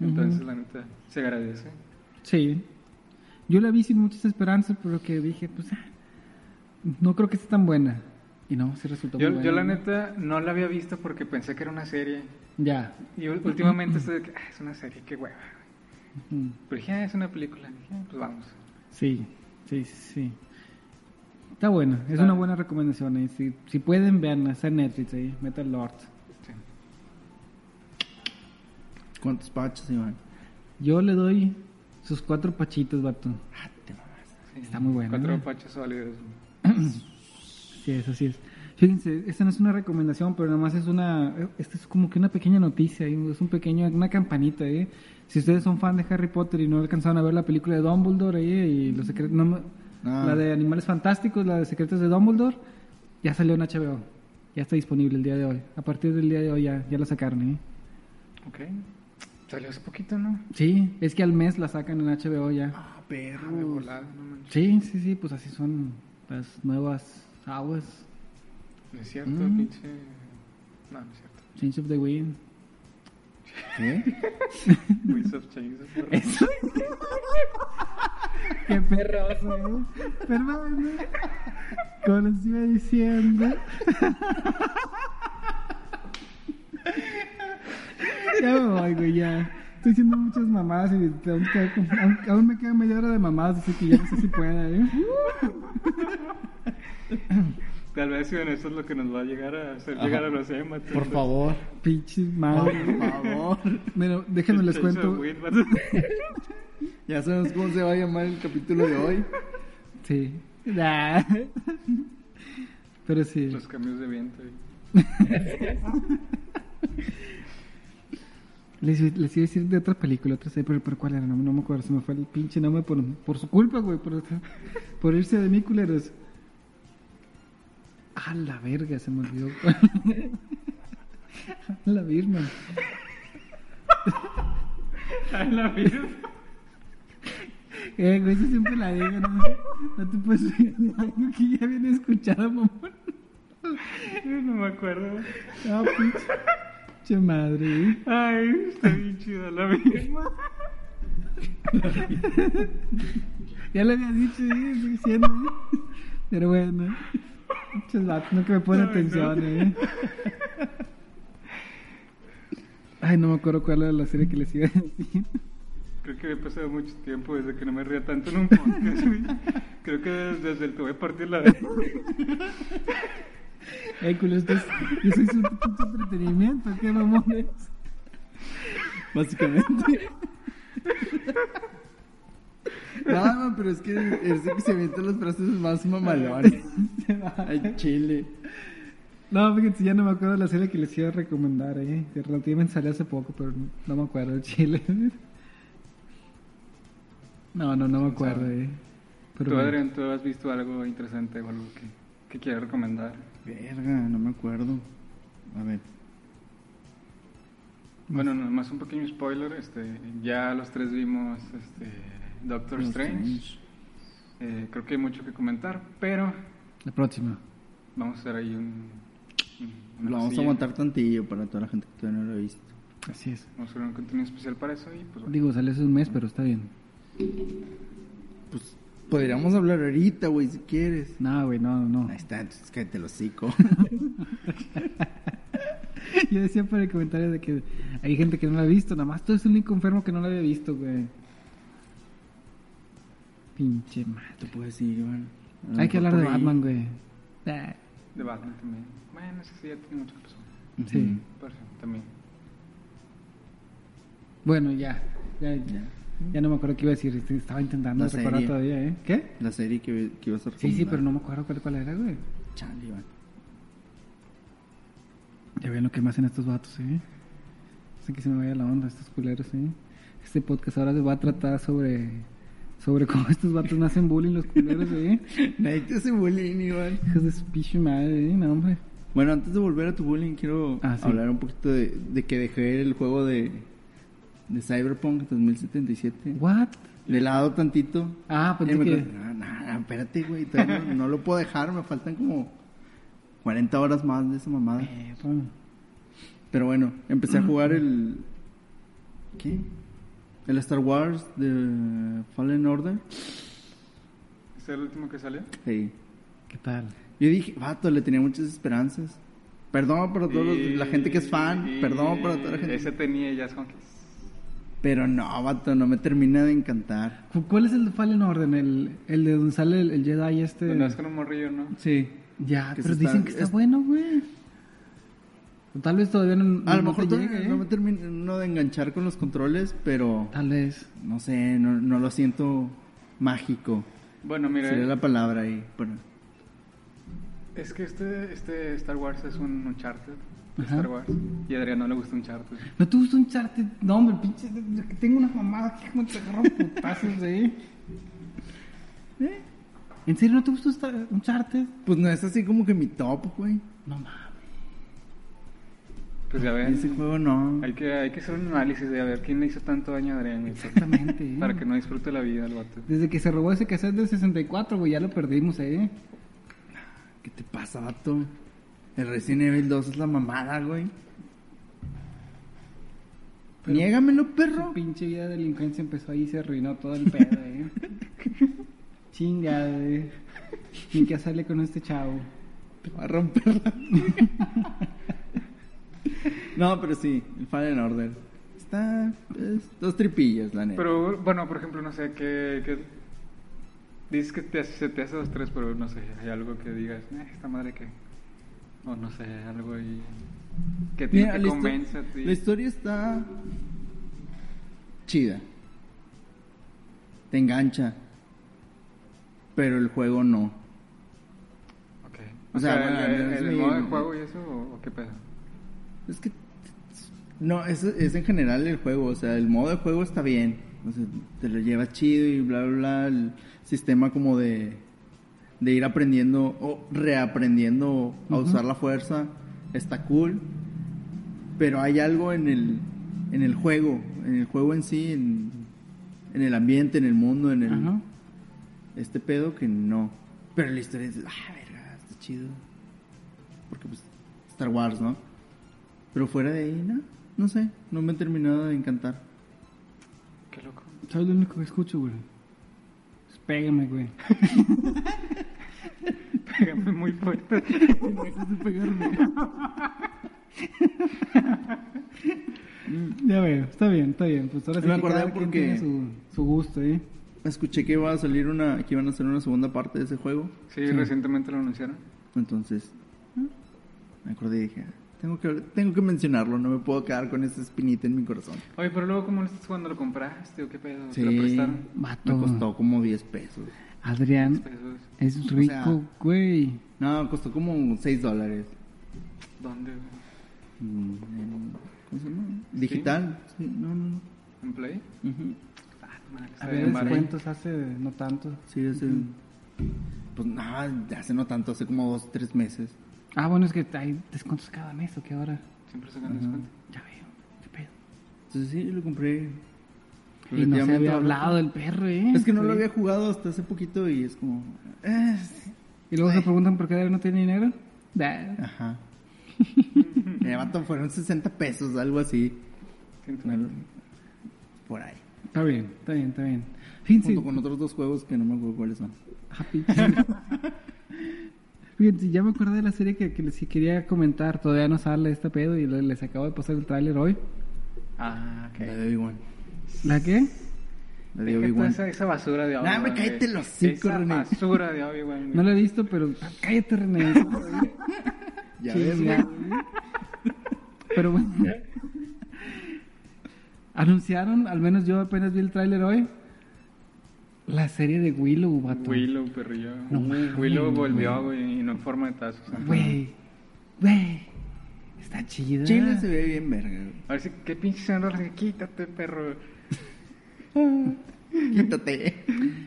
Speaker 3: Entonces, la neta, se agradece.
Speaker 1: Sí. Yo la vi sin muchas esperanzas, pero que dije, pues, ah, no creo que esté tan buena. Y no, sí resultó
Speaker 3: Yo,
Speaker 1: muy buena.
Speaker 3: yo, la
Speaker 1: ¿no?
Speaker 3: neta, no la había visto porque pensé que era una serie.
Speaker 1: Ya.
Speaker 3: Y ul- últimamente estoy de que, ah, es una serie, qué hueva.
Speaker 1: Ujú.
Speaker 3: Pero dije, ah, es una película. Dije, ah, pues vamos.
Speaker 1: Sí, sí, sí, sí. Está buena, es
Speaker 3: Está-
Speaker 1: una buena recomendación. ahí. Si, si pueden, veanla, está en Netflix ahí, Metal Lord.
Speaker 3: Sí.
Speaker 2: ¿Cuántos pachos iban?
Speaker 1: Yo le doy sus cuatro pachitos, vato.
Speaker 3: Sí.
Speaker 1: Está muy buena, ¿eh?
Speaker 3: Cuatro
Speaker 1: ¿no?
Speaker 3: pachos sólidos.
Speaker 1: Sí, es, así es. Fíjense, esta no es una recomendación, pero nada más es una. Esta es como que una pequeña noticia, ahí, es un pequeño, una campanita, ¿eh? Si ustedes son fan de Harry Potter y no alcanzaron a ver la película de Dumbledore ahí, y los secretos. no me-
Speaker 2: Ah.
Speaker 1: La de Animales Fantásticos, la de Secretos de Dumbledore, ya salió en HBO. Ya está disponible el día de hoy. A partir del día de hoy ya, ya la sacaron, ¿eh?
Speaker 3: Ok. Salió hace poquito, ¿no?
Speaker 1: Sí, es que al mes la sacan en HBO ya.
Speaker 2: Ah,
Speaker 3: De
Speaker 2: perro.
Speaker 3: volada, no manches.
Speaker 1: Sí, sí, sí, pues así son las nuevas aguas.
Speaker 3: No es cierto,
Speaker 1: Mm.
Speaker 3: pinche. No, no es cierto.
Speaker 1: Change of the Wind.
Speaker 2: ¿Qué?
Speaker 3: Winds of Change.
Speaker 1: Eso. Qué perroso, ¿eh? Perdón, ¿eh? Como les iba diciendo. ya me voy, güey, ya. Estoy haciendo muchas mamadas y te- aún, te- aún- aún me queda media hora de mamadas, así que ya no sé si pueda, ¿eh?
Speaker 3: Tal vez Iván, eso es lo que nos va a llegar a hacer llegar a los EMA.
Speaker 2: Por favor.
Speaker 1: Pinches madre.
Speaker 2: Por favor.
Speaker 1: Bueno, déjenme les cuento.
Speaker 2: Ya sabemos cómo se va a llamar el capítulo de hoy.
Speaker 1: Sí. Nah. Pero sí.
Speaker 3: Los cambios de viento.
Speaker 1: Les, les iba a decir de otra película, otra serie, pero, pero ¿cuál era? No, no me acuerdo, se me fue el pinche nombre por, por su culpa, güey, por, por irse de mí, culeros. A la verga, se me olvidó. A la virma.
Speaker 3: A la virgen.
Speaker 1: Eh, güey, eso siempre la digo, no, no te puedes reír de algo que ya viene escuchado, mamón.
Speaker 3: No me acuerdo.
Speaker 1: Ah, pinche, pinche madre, güey.
Speaker 3: Ay, está bien chida la misma.
Speaker 1: Ya lo había dicho, ¿eh? Sigue siendo, ¿eh? Pero bueno. Muchos vatos, no que me ponen
Speaker 3: Ay,
Speaker 1: atención,
Speaker 3: no.
Speaker 1: ¿eh? Ay, no me acuerdo cuál era la serie que les iba a decir.
Speaker 3: Creo que había pasado mucho tiempo desde que no me ría tanto en un podcast. güey. Creo que desde el te voy a partir la vez.
Speaker 1: Eh, culo, esto es, yo soy su puto entretenimiento, qué mamones.
Speaker 2: Básicamente. Nada, man, pero es que es que se inventan las frases más mamalones.
Speaker 1: Se va.
Speaker 2: Al chile.
Speaker 1: No, fíjense, ya no me acuerdo de la serie que les iba a recomendar, eh. Que relativamente salió hace poco, pero no me acuerdo, el chile. No, no, no me acuerdo, eh. Pero
Speaker 3: Tú,
Speaker 1: bueno.
Speaker 3: Adrián, ¿tú has visto algo interesante o algo que, que quieras recomendar?
Speaker 2: Verga, no me acuerdo. A ver.
Speaker 3: Bueno, nomás un pequeño spoiler. Este, ya los tres vimos este, Doctor Strange. Eh, creo que hay mucho que comentar, pero
Speaker 1: La próxima.
Speaker 3: vamos a hacer ahí un. un- una
Speaker 2: Lo vamos a
Speaker 3: cosilla.
Speaker 2: aguantar tantillo para toda la gente que todavía no lo ha visto.
Speaker 1: Así es.
Speaker 3: Vamos a hacer un contenido especial para eso y pues bueno.
Speaker 1: Digo, sale hace un mes, pero está bien.
Speaker 2: Pues podríamos hablar ahorita, güey, si quieres.
Speaker 1: No, güey, no, no.
Speaker 2: Ahí está, entonces cállate el hocico.
Speaker 1: Yo decía por el comentario de que hay gente que no la ha visto, nada más tú eres el único enfermo que no la había visto, güey. Pinche madre.
Speaker 2: Puedes ir, Iván. A lo
Speaker 1: Hay que
Speaker 2: mejor
Speaker 1: hablar de
Speaker 2: por ahí.
Speaker 1: Batman, güey. Ah,
Speaker 3: De Batman también. Bueno, ese sí ya tiene mucho que pasar.
Speaker 1: Sí.
Speaker 3: Pero sí, también.
Speaker 1: Bueno, ya. Ya, ya. Ya no me acuerdo qué iba a decir. este, Estaba intentando
Speaker 2: La
Speaker 1: recordar
Speaker 2: serie.
Speaker 1: todavía, ¿eh? ¿Qué?
Speaker 2: La serie que, que ibas a
Speaker 1: Sí,
Speaker 2: recomendar.
Speaker 1: sí, pero no me acuerdo cuál, cuál era, güey.
Speaker 2: Chale, Iván.
Speaker 1: Ya ven lo que me hacen estos vatos, ¿eh? Hacen que se me vaya la onda, estos culeros, ¿eh? Este podcast ahora se va a tratar sobre... Sobre cómo estos vatos me hacen bullying los culeros, ¿eh?
Speaker 2: Nadie te hace bullying, Iván.
Speaker 1: Hijos de su pinche madre, ¿eh? No, hombre.
Speaker 2: Bueno, antes de volver a tu bullying, quiero
Speaker 1: Ah, sí.
Speaker 2: hablar un poquito de, de que dejé el juego de, de Cyberpunk 2077
Speaker 1: ¿What?
Speaker 2: de lado tantito.
Speaker 1: Ah,
Speaker 2: Y
Speaker 1: pensé
Speaker 2: me
Speaker 1: que...
Speaker 2: acordé, "No, no, no, espérate, güey, todavía no, no lo puedo dejar, me faltan como 40 horas más de esa mamada.
Speaker 1: Eh, pa-
Speaker 2: Pero bueno, empecé a jugar el... ¿Qué? El Star Wars de Fallen Order.
Speaker 3: ¿Este es el último que salió?
Speaker 2: Sí.
Speaker 1: ¿Qué tal?
Speaker 2: Yo dije, vato, le tenía muchas esperanzas. Perdón para toda la gente que es fan,
Speaker 3: Y-
Speaker 2: perdón para toda la gente.
Speaker 3: Ese tenía ya es como que.
Speaker 2: Pero no, vato, no me termina de encantar.
Speaker 1: ¿Cu- ¿Cuál es el de Fallen Order? El, el de donde sale el, el Jedi este...
Speaker 3: Bueno, es con un morrillo, pues, ¿no?
Speaker 2: Sí.
Speaker 1: Ya,
Speaker 2: que
Speaker 1: pero
Speaker 2: se
Speaker 1: dicen
Speaker 2: está-
Speaker 1: que está
Speaker 2: es-
Speaker 1: bueno, güey. O Tal vez todavía no,
Speaker 2: A
Speaker 1: no
Speaker 2: lo mejor
Speaker 1: te
Speaker 2: todavía
Speaker 1: llegue,
Speaker 2: no
Speaker 1: ¿eh? Ah.
Speaker 2: me termino de enganchar con los controles, pero
Speaker 1: Tal vez.
Speaker 2: no sé, no, no lo siento mágico.
Speaker 3: Bueno, mira, eh.
Speaker 2: Sería la palabra ahí. pero-
Speaker 3: es que este, este Star Wars es un Uncharted. de
Speaker 1: Ajá.
Speaker 3: Star Wars. Y a Adrián no le gusta Uncharted.
Speaker 1: ¿No te gusta un charte? No, hombre, pinche... que Tengo unas mamadas que como te agarro putazos, ¿eh? ¿Eh? ¿En serio no te gusta esta- un charte?
Speaker 2: Pues no es así como que mi top, güey.
Speaker 1: No mames.
Speaker 3: Pues ya
Speaker 2: Ese
Speaker 3: ven.
Speaker 2: juego no.
Speaker 3: Hay que, hay que hacer un análisis de a ver quién le hizo tanto daño a Adrián. güey, para-
Speaker 1: Exactamente, ¿eh?
Speaker 3: Para que no disfrute la vida el vato.
Speaker 1: Desde que se robó ese cassette del 64, güey, ya lo perdimos, ¿eh?
Speaker 2: ¿Qué te pasa, vato? El Resident Evil 2 es la mamada, güey.
Speaker 1: Pero-
Speaker 2: Niégamelo,
Speaker 1: Su
Speaker 2: perro.
Speaker 1: pinche vida de delincuencia empezó ahí y se arruinó todo el pedo, eh. Chingada, eh. Ni que hacerle con este chavo.
Speaker 2: Te va a romperla. no, pero sí, el Fallen Order. Está. es dos tripillas, la neta.
Speaker 3: Pero bueno, por ejemplo, no sé qué. qué- dices que te, hace- se te hace dos, tres, pero no sé, hay algo que digas, "Eh, esta madre que. O no sé, algo ahí. Que a ti no
Speaker 2: Mira,
Speaker 3: te
Speaker 2: la, histo-
Speaker 3: convence a ti.
Speaker 2: la historia está. chida. Te engancha. Pero el juego no.
Speaker 3: Ok.
Speaker 2: O
Speaker 3: O
Speaker 2: sea,
Speaker 3: sea,
Speaker 2: bueno,
Speaker 3: el,
Speaker 2: es
Speaker 3: el- el
Speaker 2: mi-
Speaker 3: modo de juego y eso, o, o qué pedo.
Speaker 2: Es que. No, es, es en general el juego. O sea, el modo de juego está bien. O sea, te lo llevas chido y bla, bla, bla. El sistema como de. de ir aprendiendo o reaprendiendo a usar la fuerza está cool. Pero hay algo en el. en el juego. En el juego en sí, en. en el ambiente, en el mundo, en el.
Speaker 1: Ajá.
Speaker 2: este pedo que no. Pero la historia es. ah, verga, está chido. Porque pues. Star Wars, ¿no? Pero fuera de ahí, no, no sé, no me ha terminado de encantar.
Speaker 3: Qué loco.
Speaker 1: ¿Sabes lo único que escucho, güey? Pues pégame, güey.
Speaker 3: Pégame muy fuerte.
Speaker 1: Ya veo, está bien, está bien. Pues ahora sí
Speaker 2: Me
Speaker 1: que
Speaker 2: acordé
Speaker 1: cada quien
Speaker 2: porque-
Speaker 1: tiene su, su gusto, eh.
Speaker 2: escuché que iba a salir una, que iban a hacer una segunda parte de ese juego.
Speaker 3: Sí, recientemente lo anunciaron.
Speaker 2: Entonces, me acordé y dije, "Ah, tengo que, tengo que mencionarlo, no me puedo quedar con esa espinita en mi corazón.
Speaker 3: Oye, pero luego, ¿cómo lo estás jugando? ¿Lo compraste o qué pedo? ¿Te lo
Speaker 2: Sí,
Speaker 3: prestaron?
Speaker 1: Vato.
Speaker 2: me costó como 10 pesos.
Speaker 1: Adrián
Speaker 3: Pesos.
Speaker 1: es
Speaker 2: O sea-
Speaker 1: rico, güey.
Speaker 2: No, costó como 6 dólares.
Speaker 3: ¿Dónde? güey?
Speaker 2: Mm, en- ¿Cómo se llama? Digital. Sí, no, no, no.
Speaker 3: ¿En Play?
Speaker 2: Ujú.
Speaker 3: Ah, madre, que
Speaker 1: A
Speaker 3: está
Speaker 1: ver,
Speaker 3: bien barato.
Speaker 1: descuentos hace no tanto.
Speaker 2: Sí, hace. Pues nada, hace no tanto, hace como 2, 3 meses.
Speaker 1: Ah, bueno, es que hay descuentos cada mes o qué ahora.
Speaker 3: Siempre sacan descuento.
Speaker 1: Ya veo, qué pedo.
Speaker 2: Entonces sí, lo compré.
Speaker 1: Y no se
Speaker 2: Relativamente
Speaker 1: había
Speaker 2: barato.
Speaker 1: hablado del perro, ¿eh?
Speaker 2: Es que no
Speaker 1: Sí.
Speaker 2: lo había jugado hasta hace poquito y es como. eh, sí.
Speaker 1: Y luego se preguntan por qué Adrián no tiene dinero. Da.
Speaker 2: Ajá. Me vato, fueron 60 pesos, algo así.
Speaker 3: Siento-
Speaker 2: Por ahí.
Speaker 1: Está bien, está bien, está bien. Fíjense,
Speaker 2: Junto con otros dos juegos que no me acuerdo cuáles son.
Speaker 1: Happy. Fíjense, ya me acordé de la serie que, que les quería comentar. Todavía no sale este pedo y le- les acabo de pasar el tráiler hoy.
Speaker 3: Ah, ok.
Speaker 2: La de Obi-Wan.
Speaker 1: ¿La qué?
Speaker 2: La de
Speaker 3: Deja toda
Speaker 2: Obi-Wan.
Speaker 3: Esa, esa basura de
Speaker 2: Nah,
Speaker 3: Obi-Wan.
Speaker 2: hombre,
Speaker 3: güey.
Speaker 2: cállate el hocico,
Speaker 3: Esa
Speaker 2: René.
Speaker 3: basura de Obi-Wan.
Speaker 1: No
Speaker 3: güey.
Speaker 1: la he visto, pero ah, cállate, René.
Speaker 2: Ya ves, güey.
Speaker 1: Chinga. Pero bueno. Anunciaron, al menos yo apenas vi el tráiler hoy, la serie de Willow, vato.
Speaker 3: Willow, perrillo.
Speaker 1: No mames,
Speaker 3: Willow volvió, güey, y no en forma de tazos. ajá.
Speaker 1: Güey, güey, está chida.
Speaker 2: Chile se ve bien verga, güey.
Speaker 3: A ver si, qué pinche Sandra, quítate, perro.
Speaker 2: Quítate.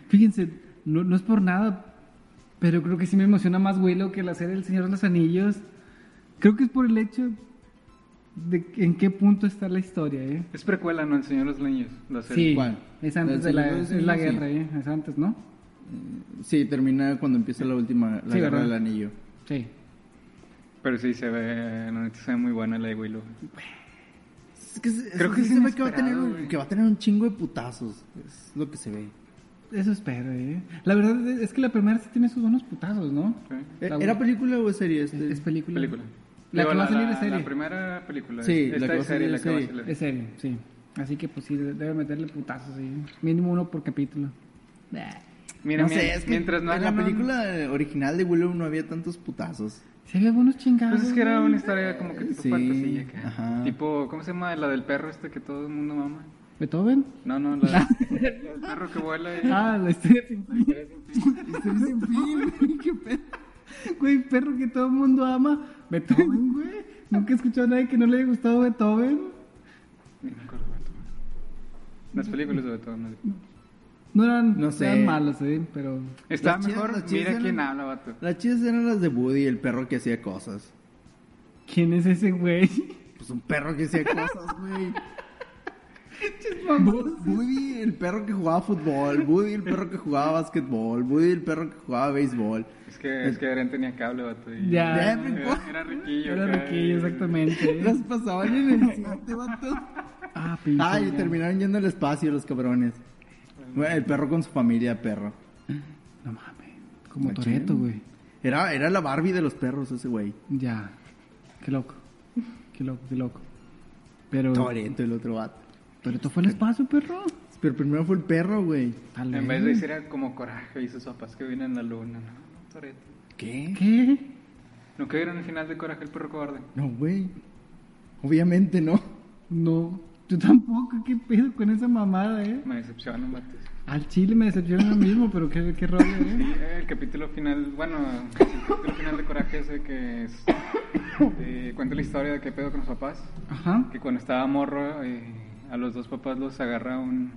Speaker 1: Fíjense, no, no es por nada, pero creo que sí me emociona más Willow que la serie del Señor de los Anillos. Creo que es por el hecho de que- en qué punto está la historia, ¿eh?
Speaker 3: Es precuela, ¿no? El Señor de los Niños. La serie.
Speaker 1: Sí,
Speaker 2: ¿Cuál?
Speaker 1: es antes de
Speaker 2: ¿La del
Speaker 1: la,
Speaker 2: Señor de los
Speaker 1: es la
Speaker 2: Anillos?
Speaker 1: guerra, ¿eh? Es antes, ¿no?
Speaker 2: Sí, termina cuando empieza la última, la
Speaker 1: Sí,
Speaker 2: guerra
Speaker 1: ¿verdad?
Speaker 2: del anillo.
Speaker 1: Sí.
Speaker 3: Pero sí, se ve, no, se ve muy buena la de Willow.
Speaker 2: Es que se-
Speaker 3: Creo
Speaker 2: eso
Speaker 3: que
Speaker 2: sí
Speaker 3: es
Speaker 2: se ve que va, a tener
Speaker 3: inesperado,
Speaker 2: un,
Speaker 3: güey.
Speaker 2: que va a tener un chingo de putazos. Es lo que se ve.
Speaker 1: Eso espero, ¿eh? La verdad es que la primera sí tiene sus buenos putazos, ¿no?
Speaker 3: ¿ok?
Speaker 2: Eh,
Speaker 1: La-
Speaker 2: ¿Era película o es serie
Speaker 1: Es,
Speaker 2: este?
Speaker 1: es película.
Speaker 3: Película.
Speaker 1: La
Speaker 3: Digo,
Speaker 1: que va a salir es
Speaker 3: la-
Speaker 1: serie.
Speaker 3: La primera película.
Speaker 2: Sí,
Speaker 3: Esta
Speaker 2: la que va a
Speaker 3: es serie,
Speaker 2: salir
Speaker 3: la
Speaker 2: es
Speaker 3: que va a
Speaker 2: serie.
Speaker 3: salir.
Speaker 1: Es serie, sí. Así que pues sí, debe meterle putazos, sí. Mínimo uno por capítulo.
Speaker 3: Mira,
Speaker 2: no
Speaker 3: mien-
Speaker 2: sé, es que
Speaker 3: mientras no
Speaker 2: en
Speaker 3: hagan
Speaker 2: la
Speaker 3: un-
Speaker 2: película original de Willow no había tantos putazos.
Speaker 1: Se ve buenos chingados.
Speaker 3: Pues es que era una historia como que tipo
Speaker 2: Sí,
Speaker 3: fantasía acá.
Speaker 2: ajá.
Speaker 3: Tipo, ¿cómo se llama? La del perro este que todo el mundo mama.
Speaker 1: ¿Beethoven?
Speaker 3: No, no, la, la del perro que vuela. y-
Speaker 1: Ah, la historia sin fin. Historia sin fin, güey, qué pedo. Güey, perro que todo el mundo ama. Beethoven, güey. Nunca he escuchado a nadie que no le haya gustado Beethoven.
Speaker 3: Ni me acuerdo de todo. Las películas sobre todo. no sé.
Speaker 1: No eran,
Speaker 2: No sé.
Speaker 1: eran malos, ¿eh? Pero...
Speaker 3: Está
Speaker 2: Las chidas-
Speaker 3: mejor,
Speaker 2: las chidas
Speaker 3: mira
Speaker 2: eran-
Speaker 3: quién habla, vato.
Speaker 2: Las chidas eran las de Woody, el perro que hacía cosas.
Speaker 1: ¿Quién es ese güey?
Speaker 2: Pues un perro que hacía cosas, güey. Woody, el perro que jugaba fútbol. Woody, el perro que jugaba básquetbol. Woody, el perro que jugaba béisbol.
Speaker 3: Es que, es que Adrián tenía cable, vato. Y
Speaker 1: Ya.
Speaker 2: Ya, no
Speaker 3: Era,
Speaker 2: importa.
Speaker 3: era riquillo.
Speaker 1: Era
Speaker 3: acá, y-
Speaker 1: riquillo, exactamente.
Speaker 2: Las pasaban en el 7, vato.
Speaker 1: Ah, pinche.
Speaker 2: Ay,
Speaker 1: ya.
Speaker 2: terminaron yendo al espacio los cabrones. Bueno, el perro con su familia, perro.
Speaker 1: No mames. Como
Speaker 2: Machín.
Speaker 1: Toreto, güey.
Speaker 2: Era, era la Barbie de los perros ese güey.
Speaker 1: Ya. Qué loco. Qué loco, qué loco. Pero.
Speaker 2: Toreto, el otro vato.
Speaker 1: Toreto fue al espacio, perro.
Speaker 2: Pero primero fue el perro, güey.
Speaker 1: Tal
Speaker 3: En vez de
Speaker 1: vez.
Speaker 3: decir era como coraje y sus papás que vienen en la luna. No, Toreto.
Speaker 2: ¿Qué?
Speaker 1: ¿Qué?
Speaker 3: ¿Nunca vieron el final de Coraje el perro cobarde?
Speaker 2: No, güey. Obviamente no.
Speaker 1: No. Yo tampoco. ¿Qué pedo con esa mamada, eh?
Speaker 3: Me decepcionan, vato.
Speaker 1: Al chile me decepciona lo mismo, pero qué, qué rollo,
Speaker 3: Sí,
Speaker 1: eh.
Speaker 3: el capítulo final, bueno, el capítulo final de Coraje ese que es, eh, cuenta la historia de qué pedo con los papás.
Speaker 1: Ajá.
Speaker 3: Que cuando estaba morro, eh, a los dos papás los agarra un...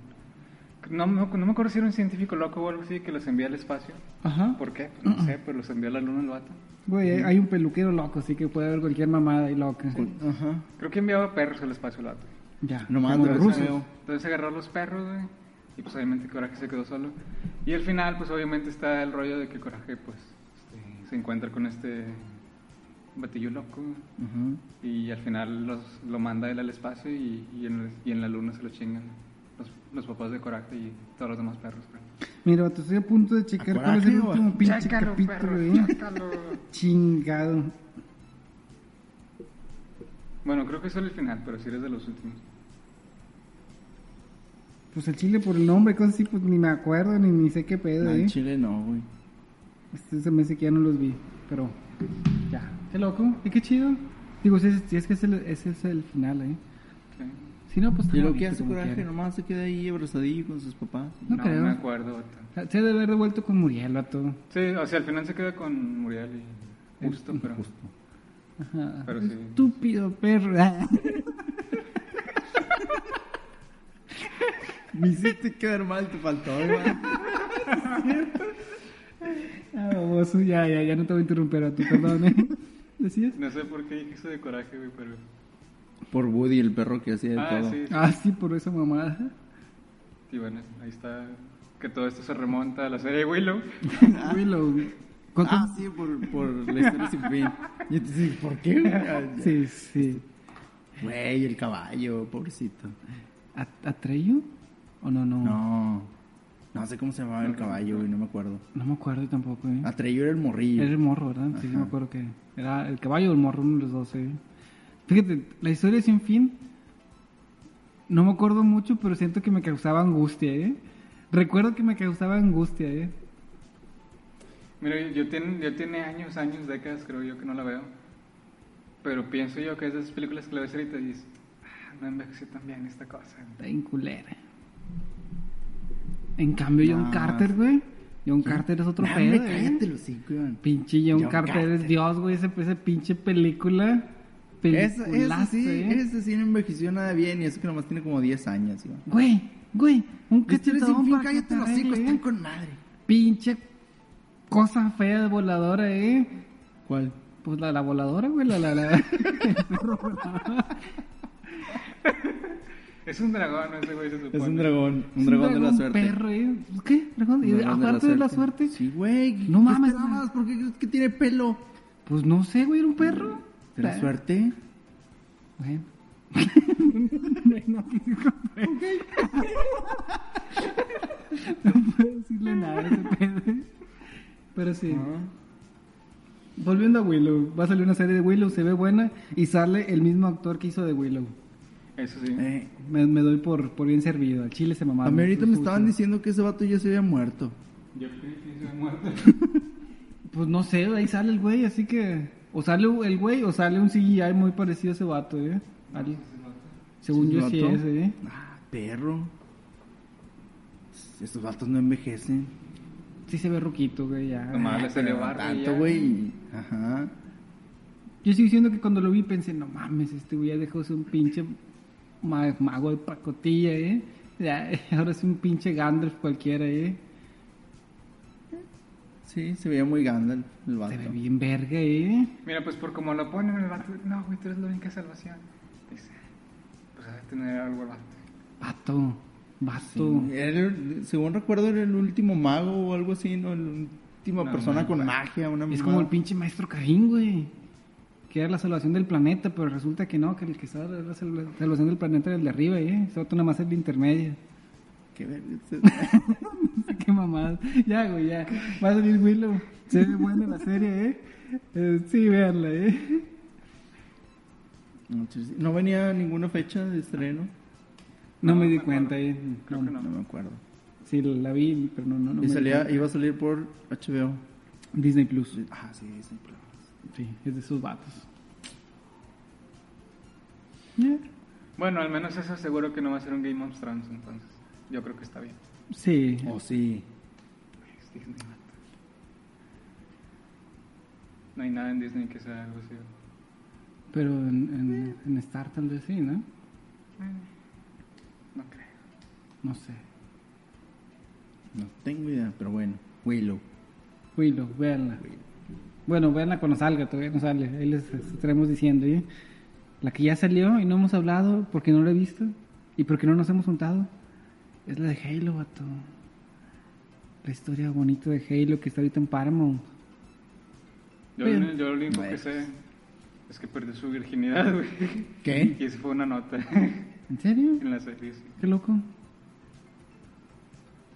Speaker 3: No, me- no me acuerdo si era un científico loco o algo así que los envía al espacio.
Speaker 1: Ajá.
Speaker 3: ¿Por qué? Pues no sé, pues los envió a la luna el vato.
Speaker 1: Güey, hay- hay un peluquero loco, así que puede haber cualquier mamada y loca.
Speaker 2: Ajá.
Speaker 3: Creo que enviaba perros al espacio el vato.
Speaker 1: Ya.
Speaker 2: Nomás
Speaker 1: como
Speaker 2: de
Speaker 1: los
Speaker 2: los
Speaker 1: rusos.
Speaker 2: veo.
Speaker 3: Entonces agarró a los perros, güey. Y pues obviamente Coraje se quedó solo. Y al final, pues obviamente está el rollo de que Coraje, pues, este, se encuentra con este batillo loco.
Speaker 2: Ajá.
Speaker 3: Y al final los, lo manda él al espacio y, y, en, y en la luna se lo chingan los, los papás de Coraje y todos los demás perros. pues. güey.
Speaker 1: Mira, te estoy a punto de checar cuál es el
Speaker 2: Acoraje,
Speaker 1: último pinche
Speaker 3: Chécalo,
Speaker 1: capítulo,
Speaker 3: perro,
Speaker 1: eh.
Speaker 3: chécalo.
Speaker 1: Chingado.
Speaker 3: Bueno, creo que es solo el final, pero si eres de los últimos.
Speaker 1: Pues el chile por el nombre, cosas así, pues ni me acuerdo, ni, ni sé qué pedo,
Speaker 2: No,
Speaker 1: ¿eh?
Speaker 2: en Chile no, güey.
Speaker 1: Este se me hace que ya no los vi, pero ya. Qué loco, y qué chido. Digo, si es, si es que es el, ese es el final, ¿eh?
Speaker 3: Sí.
Speaker 1: Si no, pues... está
Speaker 2: Y lo que
Speaker 1: bonito
Speaker 2: hace
Speaker 1: como
Speaker 2: coraje,
Speaker 1: quiera.
Speaker 2: nomás se queda ahí abrazadillo con sus papás.
Speaker 1: No
Speaker 3: No,
Speaker 1: creo.
Speaker 3: me acuerdo. vato.
Speaker 1: Ah, Se ha de haber devuelto con Muriel, a todo.
Speaker 3: Sí, o sea, al final se queda con Muriel y justo, pero.
Speaker 1: Ajá.
Speaker 3: Pero sí.
Speaker 1: Estúpido perra.
Speaker 2: Me hiciste quedar mal, te faltó, güey.
Speaker 1: Ah, baboso, ya, ya, ya no te voy a interrumpir a tu perdón, ¿eh? ¿Decías?
Speaker 3: No sé por qué dije eso de coraje, güey, pero.
Speaker 2: Por Woody, el perro que hacía de
Speaker 3: Ah,
Speaker 2: todo.
Speaker 3: sí. sí.
Speaker 1: Ah, sí, por esa mamada.
Speaker 3: Y bueno, ahí está. Que todo esto se remonta a la serie de Willow.
Speaker 1: Willow. ¿Cuánto?
Speaker 2: Ah, sí, por, por la historia sin fin. Y entonces, ¿por qué? güey? Ah, ya.
Speaker 1: sí, sí.
Speaker 2: Güey, el caballo, pobrecito.
Speaker 1: ¿A- ¿Atreyo? ¿O no, no?
Speaker 2: No. No sé cómo se llamaba el caballo, güey, no me acuerdo.
Speaker 1: No me acuerdo tampoco, ¿eh?
Speaker 2: Atreyo era
Speaker 1: Era el
Speaker 2: el morrillo.
Speaker 1: morro, ¿verdad? Sí, sí,
Speaker 2: Ajá.
Speaker 1: me acuerdo que era el caballo o el morro, uno de los dos, ¿eh? Fíjate, la historia sin fin, no me acuerdo mucho, pero siento que me causaba angustia, ¿eh? Recuerdo que me causaba angustia, ¿eh?
Speaker 3: Mira, yo, yo tiene, yo tiene años, años, décadas, creo yo, que no la veo. Pero pienso yo que es de esas películas que la ves ahorita y dices, ah, no envejeció tan bien esta cosa.
Speaker 1: Está bien culera. En cambio, John
Speaker 2: No.
Speaker 1: Carter, güey. John Carter es otro
Speaker 2: Nah,
Speaker 1: pedo,
Speaker 2: Ah, hombre,
Speaker 1: ¿eh?
Speaker 2: cállate, los cinco, Iván.
Speaker 1: Pinche John,
Speaker 2: John
Speaker 1: Carter, es
Speaker 2: Carter.
Speaker 1: Dios, güey. Ese, esa pinche película.
Speaker 2: Ese, ese
Speaker 1: Peliculazo,
Speaker 2: sí,
Speaker 1: ¿eh?
Speaker 2: ese sí no envejeció nada bien y eso que nomás tiene como 10 años, Iván.
Speaker 1: Güey, güey. Un
Speaker 2: La historia sin
Speaker 1: cachetadón
Speaker 2: fin,
Speaker 1: para que
Speaker 2: cállate
Speaker 1: te
Speaker 2: los cinco,
Speaker 1: arregle,
Speaker 2: están
Speaker 1: ¿eh?
Speaker 2: con madre.
Speaker 1: Pinche cosa fea de voladora, ¿eh?
Speaker 2: ¿Cuál?
Speaker 1: Pues la, la voladora, güey. La, la, la. el perro volador.
Speaker 3: Es un dragón ese güey, se supone.
Speaker 2: Es un dragón, un
Speaker 1: Es
Speaker 2: dragón de la suerte.
Speaker 1: perro, ¿eh? ¿Qué? ¿Dragón? Y
Speaker 2: Un dragón
Speaker 1: aparte de la suerte.
Speaker 2: Sí, güey.
Speaker 1: No
Speaker 2: ¿qué
Speaker 1: mames, güey.
Speaker 2: esperabas? ¿Por qué crees que tiene pelo?
Speaker 1: Pues no sé, güey. Era un perro.
Speaker 2: Mm. ¿De la
Speaker 1: Pe-
Speaker 2: suerte?
Speaker 1: Bueno. no quise comprar. no puedo decirle nada a ese pedo. Pero sí. Volviendo a Willow, va a salir una serie de Willow, se ve buena y sale el mismo actor que hizo de Willow.
Speaker 3: Eso sí.
Speaker 2: Eh,
Speaker 1: Me, me doy por, por bien servido, al chile se mamaron.
Speaker 2: a mí ahorita me
Speaker 1: Pues,
Speaker 2: estaban diciendo que ese vato ya se había muerto.
Speaker 3: Yo creí que se había muerto.
Speaker 1: Pues no sé, ahí sale el güey, así que... O sale el güey o sale un CGI muy parecido a ese vato, ¿eh? Al- Según
Speaker 2: ¿Sí
Speaker 1: yo
Speaker 2: se
Speaker 1: sí
Speaker 2: mató?
Speaker 1: es, ¿eh?
Speaker 2: Ah, perro. Estos vatos no envejecen.
Speaker 1: Sí se ve roquito, güey, ya.
Speaker 3: Nomás le salió
Speaker 2: Pero Ah, no
Speaker 3: barba y
Speaker 2: Tanto,
Speaker 3: ya.
Speaker 2: güey. Ajá.
Speaker 1: Yo estoy diciendo que cuando lo vi pensé, no mames, este güey ya dejó de ser un pinche ma- mago de pacotilla, ¿eh? Ya, ahora es un pinche Gandalf cualquiera, ¿eh?
Speaker 2: Sí, se veía muy Gandalf el vato.
Speaker 1: Se ve bien verga, ¿eh?
Speaker 3: Mira, pues por como lo ponen, el vato, no, güey, tú eres la única salvación. Dice, pues a tener algo el vato.
Speaker 1: Vato, vato.
Speaker 2: Era el- según recuerdo, era el último mago o algo así, ¿no? La última
Speaker 3: No,
Speaker 2: persona
Speaker 3: no,
Speaker 2: con
Speaker 3: no.
Speaker 2: magia, una
Speaker 1: es
Speaker 2: mamada.
Speaker 1: como el pinche maestro Caín, güey. Que era la salvación del planeta, pero resulta que no, que el que estaba era la salva- salvación del planeta era el de arriba, ¿eh? Ese vato nada más es el de intermedio.
Speaker 2: Qué verga. este
Speaker 1: Qué mamada. Ya, güey, ya. Va a salir Willow. Se ve buena la serie, ¿eh? Eh, Sí, véanla, ¿eh?
Speaker 2: No, sí, No venía ninguna fecha de estreno.
Speaker 1: No,
Speaker 3: No,
Speaker 1: me
Speaker 3: no
Speaker 1: di
Speaker 3: me
Speaker 1: cuenta, ¿eh?
Speaker 3: Creo
Speaker 1: No,
Speaker 3: que
Speaker 2: No
Speaker 3: no.
Speaker 2: me acuerdo.
Speaker 1: Sí, la vi, pero no, no, no
Speaker 2: Y
Speaker 1: me
Speaker 2: salía,
Speaker 1: encanta.
Speaker 2: iba a salir por HBO.
Speaker 1: Disney Plus.
Speaker 2: Ah, sí, Disney Plus.
Speaker 1: Sí, es de esos vatos. Eh,
Speaker 3: Bueno, al menos eso seguro que no va a ser un Game of Thrones, entonces. Yo creo que está bien.
Speaker 1: Sí.
Speaker 2: Oh, sí.
Speaker 3: Es Disney, vato. No hay nada en Disney que sea algo así.
Speaker 1: Pero en, en, en Star tal vez sí, ¿no?
Speaker 3: No creo.
Speaker 1: No sé.
Speaker 2: No tengo idea, pero bueno. Willow.
Speaker 1: Willow, véanla. Bueno, véanla cuando salga, todavía no sale. Ahí les estaremos diciendo, ¿eh? La que ya salió y no hemos hablado porque no la he visto y porque no nos hemos juntado es la de Halo, vato. La historia bonita de Halo que está ahorita en Paramount.
Speaker 3: Yo,
Speaker 1: Bien.
Speaker 3: lo- yo lo único
Speaker 2: Bueno. pues.
Speaker 3: que sé es que perdió su virginidad, güey.
Speaker 2: ¿Qué?
Speaker 3: Y eso fue una nota
Speaker 1: ¿En serio?
Speaker 3: en la serie. sí.
Speaker 1: Qué loco.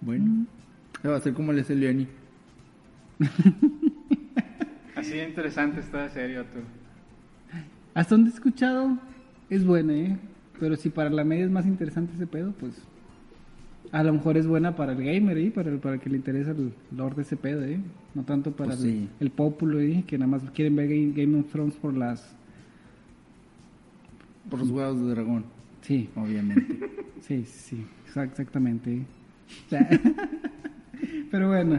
Speaker 2: Bueno. Va a ser como le hace Leoni.
Speaker 3: Así de interesante está la serie, tú.
Speaker 1: Hasta donde he escuchado es buena, ¿eh? Pero si para la media es más interesante ese pedo, pues A lo mejor es buena para el gamer, ¿eh? para, el, para el que le interesa el lore de ese pedo, ¿eh? no tanto para
Speaker 2: Pues
Speaker 1: el,
Speaker 2: sí.
Speaker 1: el pópulo, ¿eh? que nada más quieren ver Ga- Game of Thrones por las...
Speaker 2: Por los huevos de dragón,
Speaker 1: Sí,
Speaker 2: obviamente.
Speaker 1: sí, sí, exa- exactamente. ¿eh? O sea, Pero bueno,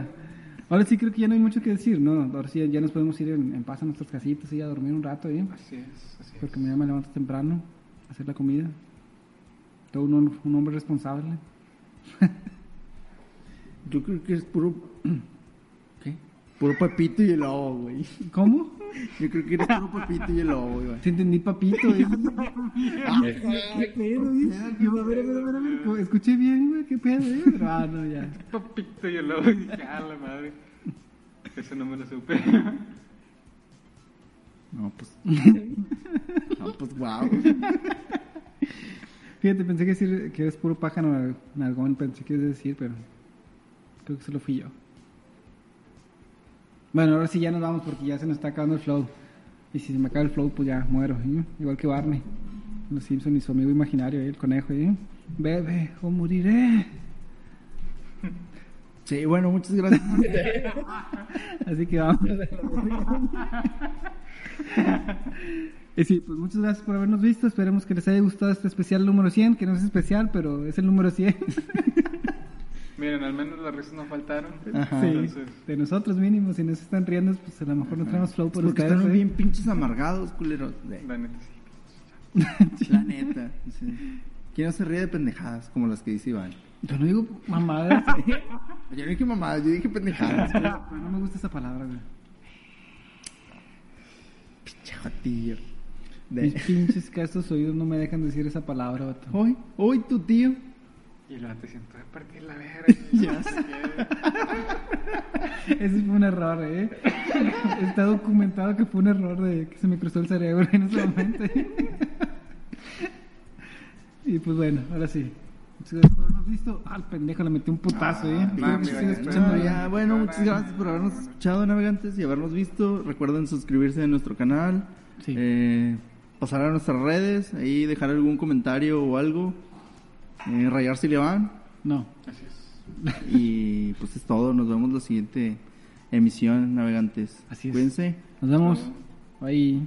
Speaker 1: ahora sí creo que ya no hay mucho que decir, ¿no? Ahora sí ya nos podemos ir en, en paz a nuestras casitas y a dormir un rato, ¿eh?
Speaker 3: Así es, así es.
Speaker 1: porque mañana me levanto temprano a hacer la comida. Todo un, hom- un hombre responsable.
Speaker 2: Yo creo que es puro.
Speaker 1: ¿Qué?
Speaker 2: Puro papito y el lobo, güey.
Speaker 1: ¿Cómo?
Speaker 2: Yo creo que eres puro papito y el lobo, güey.
Speaker 1: Te entendí, papito. ¿eh? ¿Qué pedo, eh? Yo, a ver, a ver, a ver, a ver, co- Escuché bien, güey. ¿Qué pedo, eh? Pero, Ah, no, ya.
Speaker 3: Papito, yo lo dije, a la madre. Eso no me lo supe.
Speaker 2: No, pues. No, pues guau.
Speaker 1: Fíjate, pensé que, decir, que eres puro pájaro nar- nargón. Pensé que ibas a decir, pero creo que solo fui yo. Bueno, ahora sí ya nos vamos porque ya se nos está acabando el flow. Y si se me acaba el flow, pues ya muero. ¿eh? Igual que Barney. Los Simpson y su amigo imaginario, ¿eh? el conejo. ¿eh? Bebe o moriré.
Speaker 2: Sí, bueno, muchas gracias.
Speaker 1: Así que vamos. y sí, pues muchas gracias por habernos visto. Esperemos que les haya gustado este especial número 100, que no es especial, pero es el número 100.
Speaker 3: Miren, al menos las risas no faltaron.
Speaker 2: Ajá.
Speaker 1: sí, de nosotros mínimo. Si nos están riendo, pues a lo mejor no tenemos flow por
Speaker 2: Porque
Speaker 1: ustedes.
Speaker 2: están
Speaker 1: ¿eh?
Speaker 2: bien pinches amargados, culeros.
Speaker 3: La neta sí.
Speaker 2: La neta. sí. ¿Quién no se ríe de pendejadas como las que dice Iván?
Speaker 1: Yo no digo mamadas. ¿eh?
Speaker 2: Yo no dije mamadas, yo dije pendejadas. güey.
Speaker 1: no me gusta esa palabra, güey.
Speaker 2: Pinche jotillo.
Speaker 1: Mis
Speaker 2: De-
Speaker 1: pinches castos oídos no me dejan decir esa palabra, vato.
Speaker 2: Hoy, hoy tu tío.
Speaker 3: Y lo te siento de partir la verga.
Speaker 2: Ya
Speaker 1: Ese fue un error, ¿eh? Está documentado que fue un error de que se me cruzó el cerebro en ese momento. y pues bueno, ahora sí. Muchas gracias por habernos visto. Ah, el pendejo, le metí un putazo, ¿eh? Espero
Speaker 3: mami,
Speaker 1: que sigan
Speaker 3: vaya,
Speaker 1: escuchando
Speaker 3: espera.
Speaker 1: ya.
Speaker 2: Ah, ya. Ah, Bueno, muchas gracias por habernos escuchado, navegantes, y habernos visto. Recuerden suscribirse a nuestro canal.
Speaker 1: Sí.
Speaker 2: eh, pasar a nuestras redes, ahí dejar algún comentario o algo. eh, rayar si le van.
Speaker 1: No.
Speaker 2: Y pues es todo. Nos vemos la siguiente emisión, navegantes.
Speaker 1: Así es.
Speaker 2: Cuídense.
Speaker 1: Nos vemos. Bye.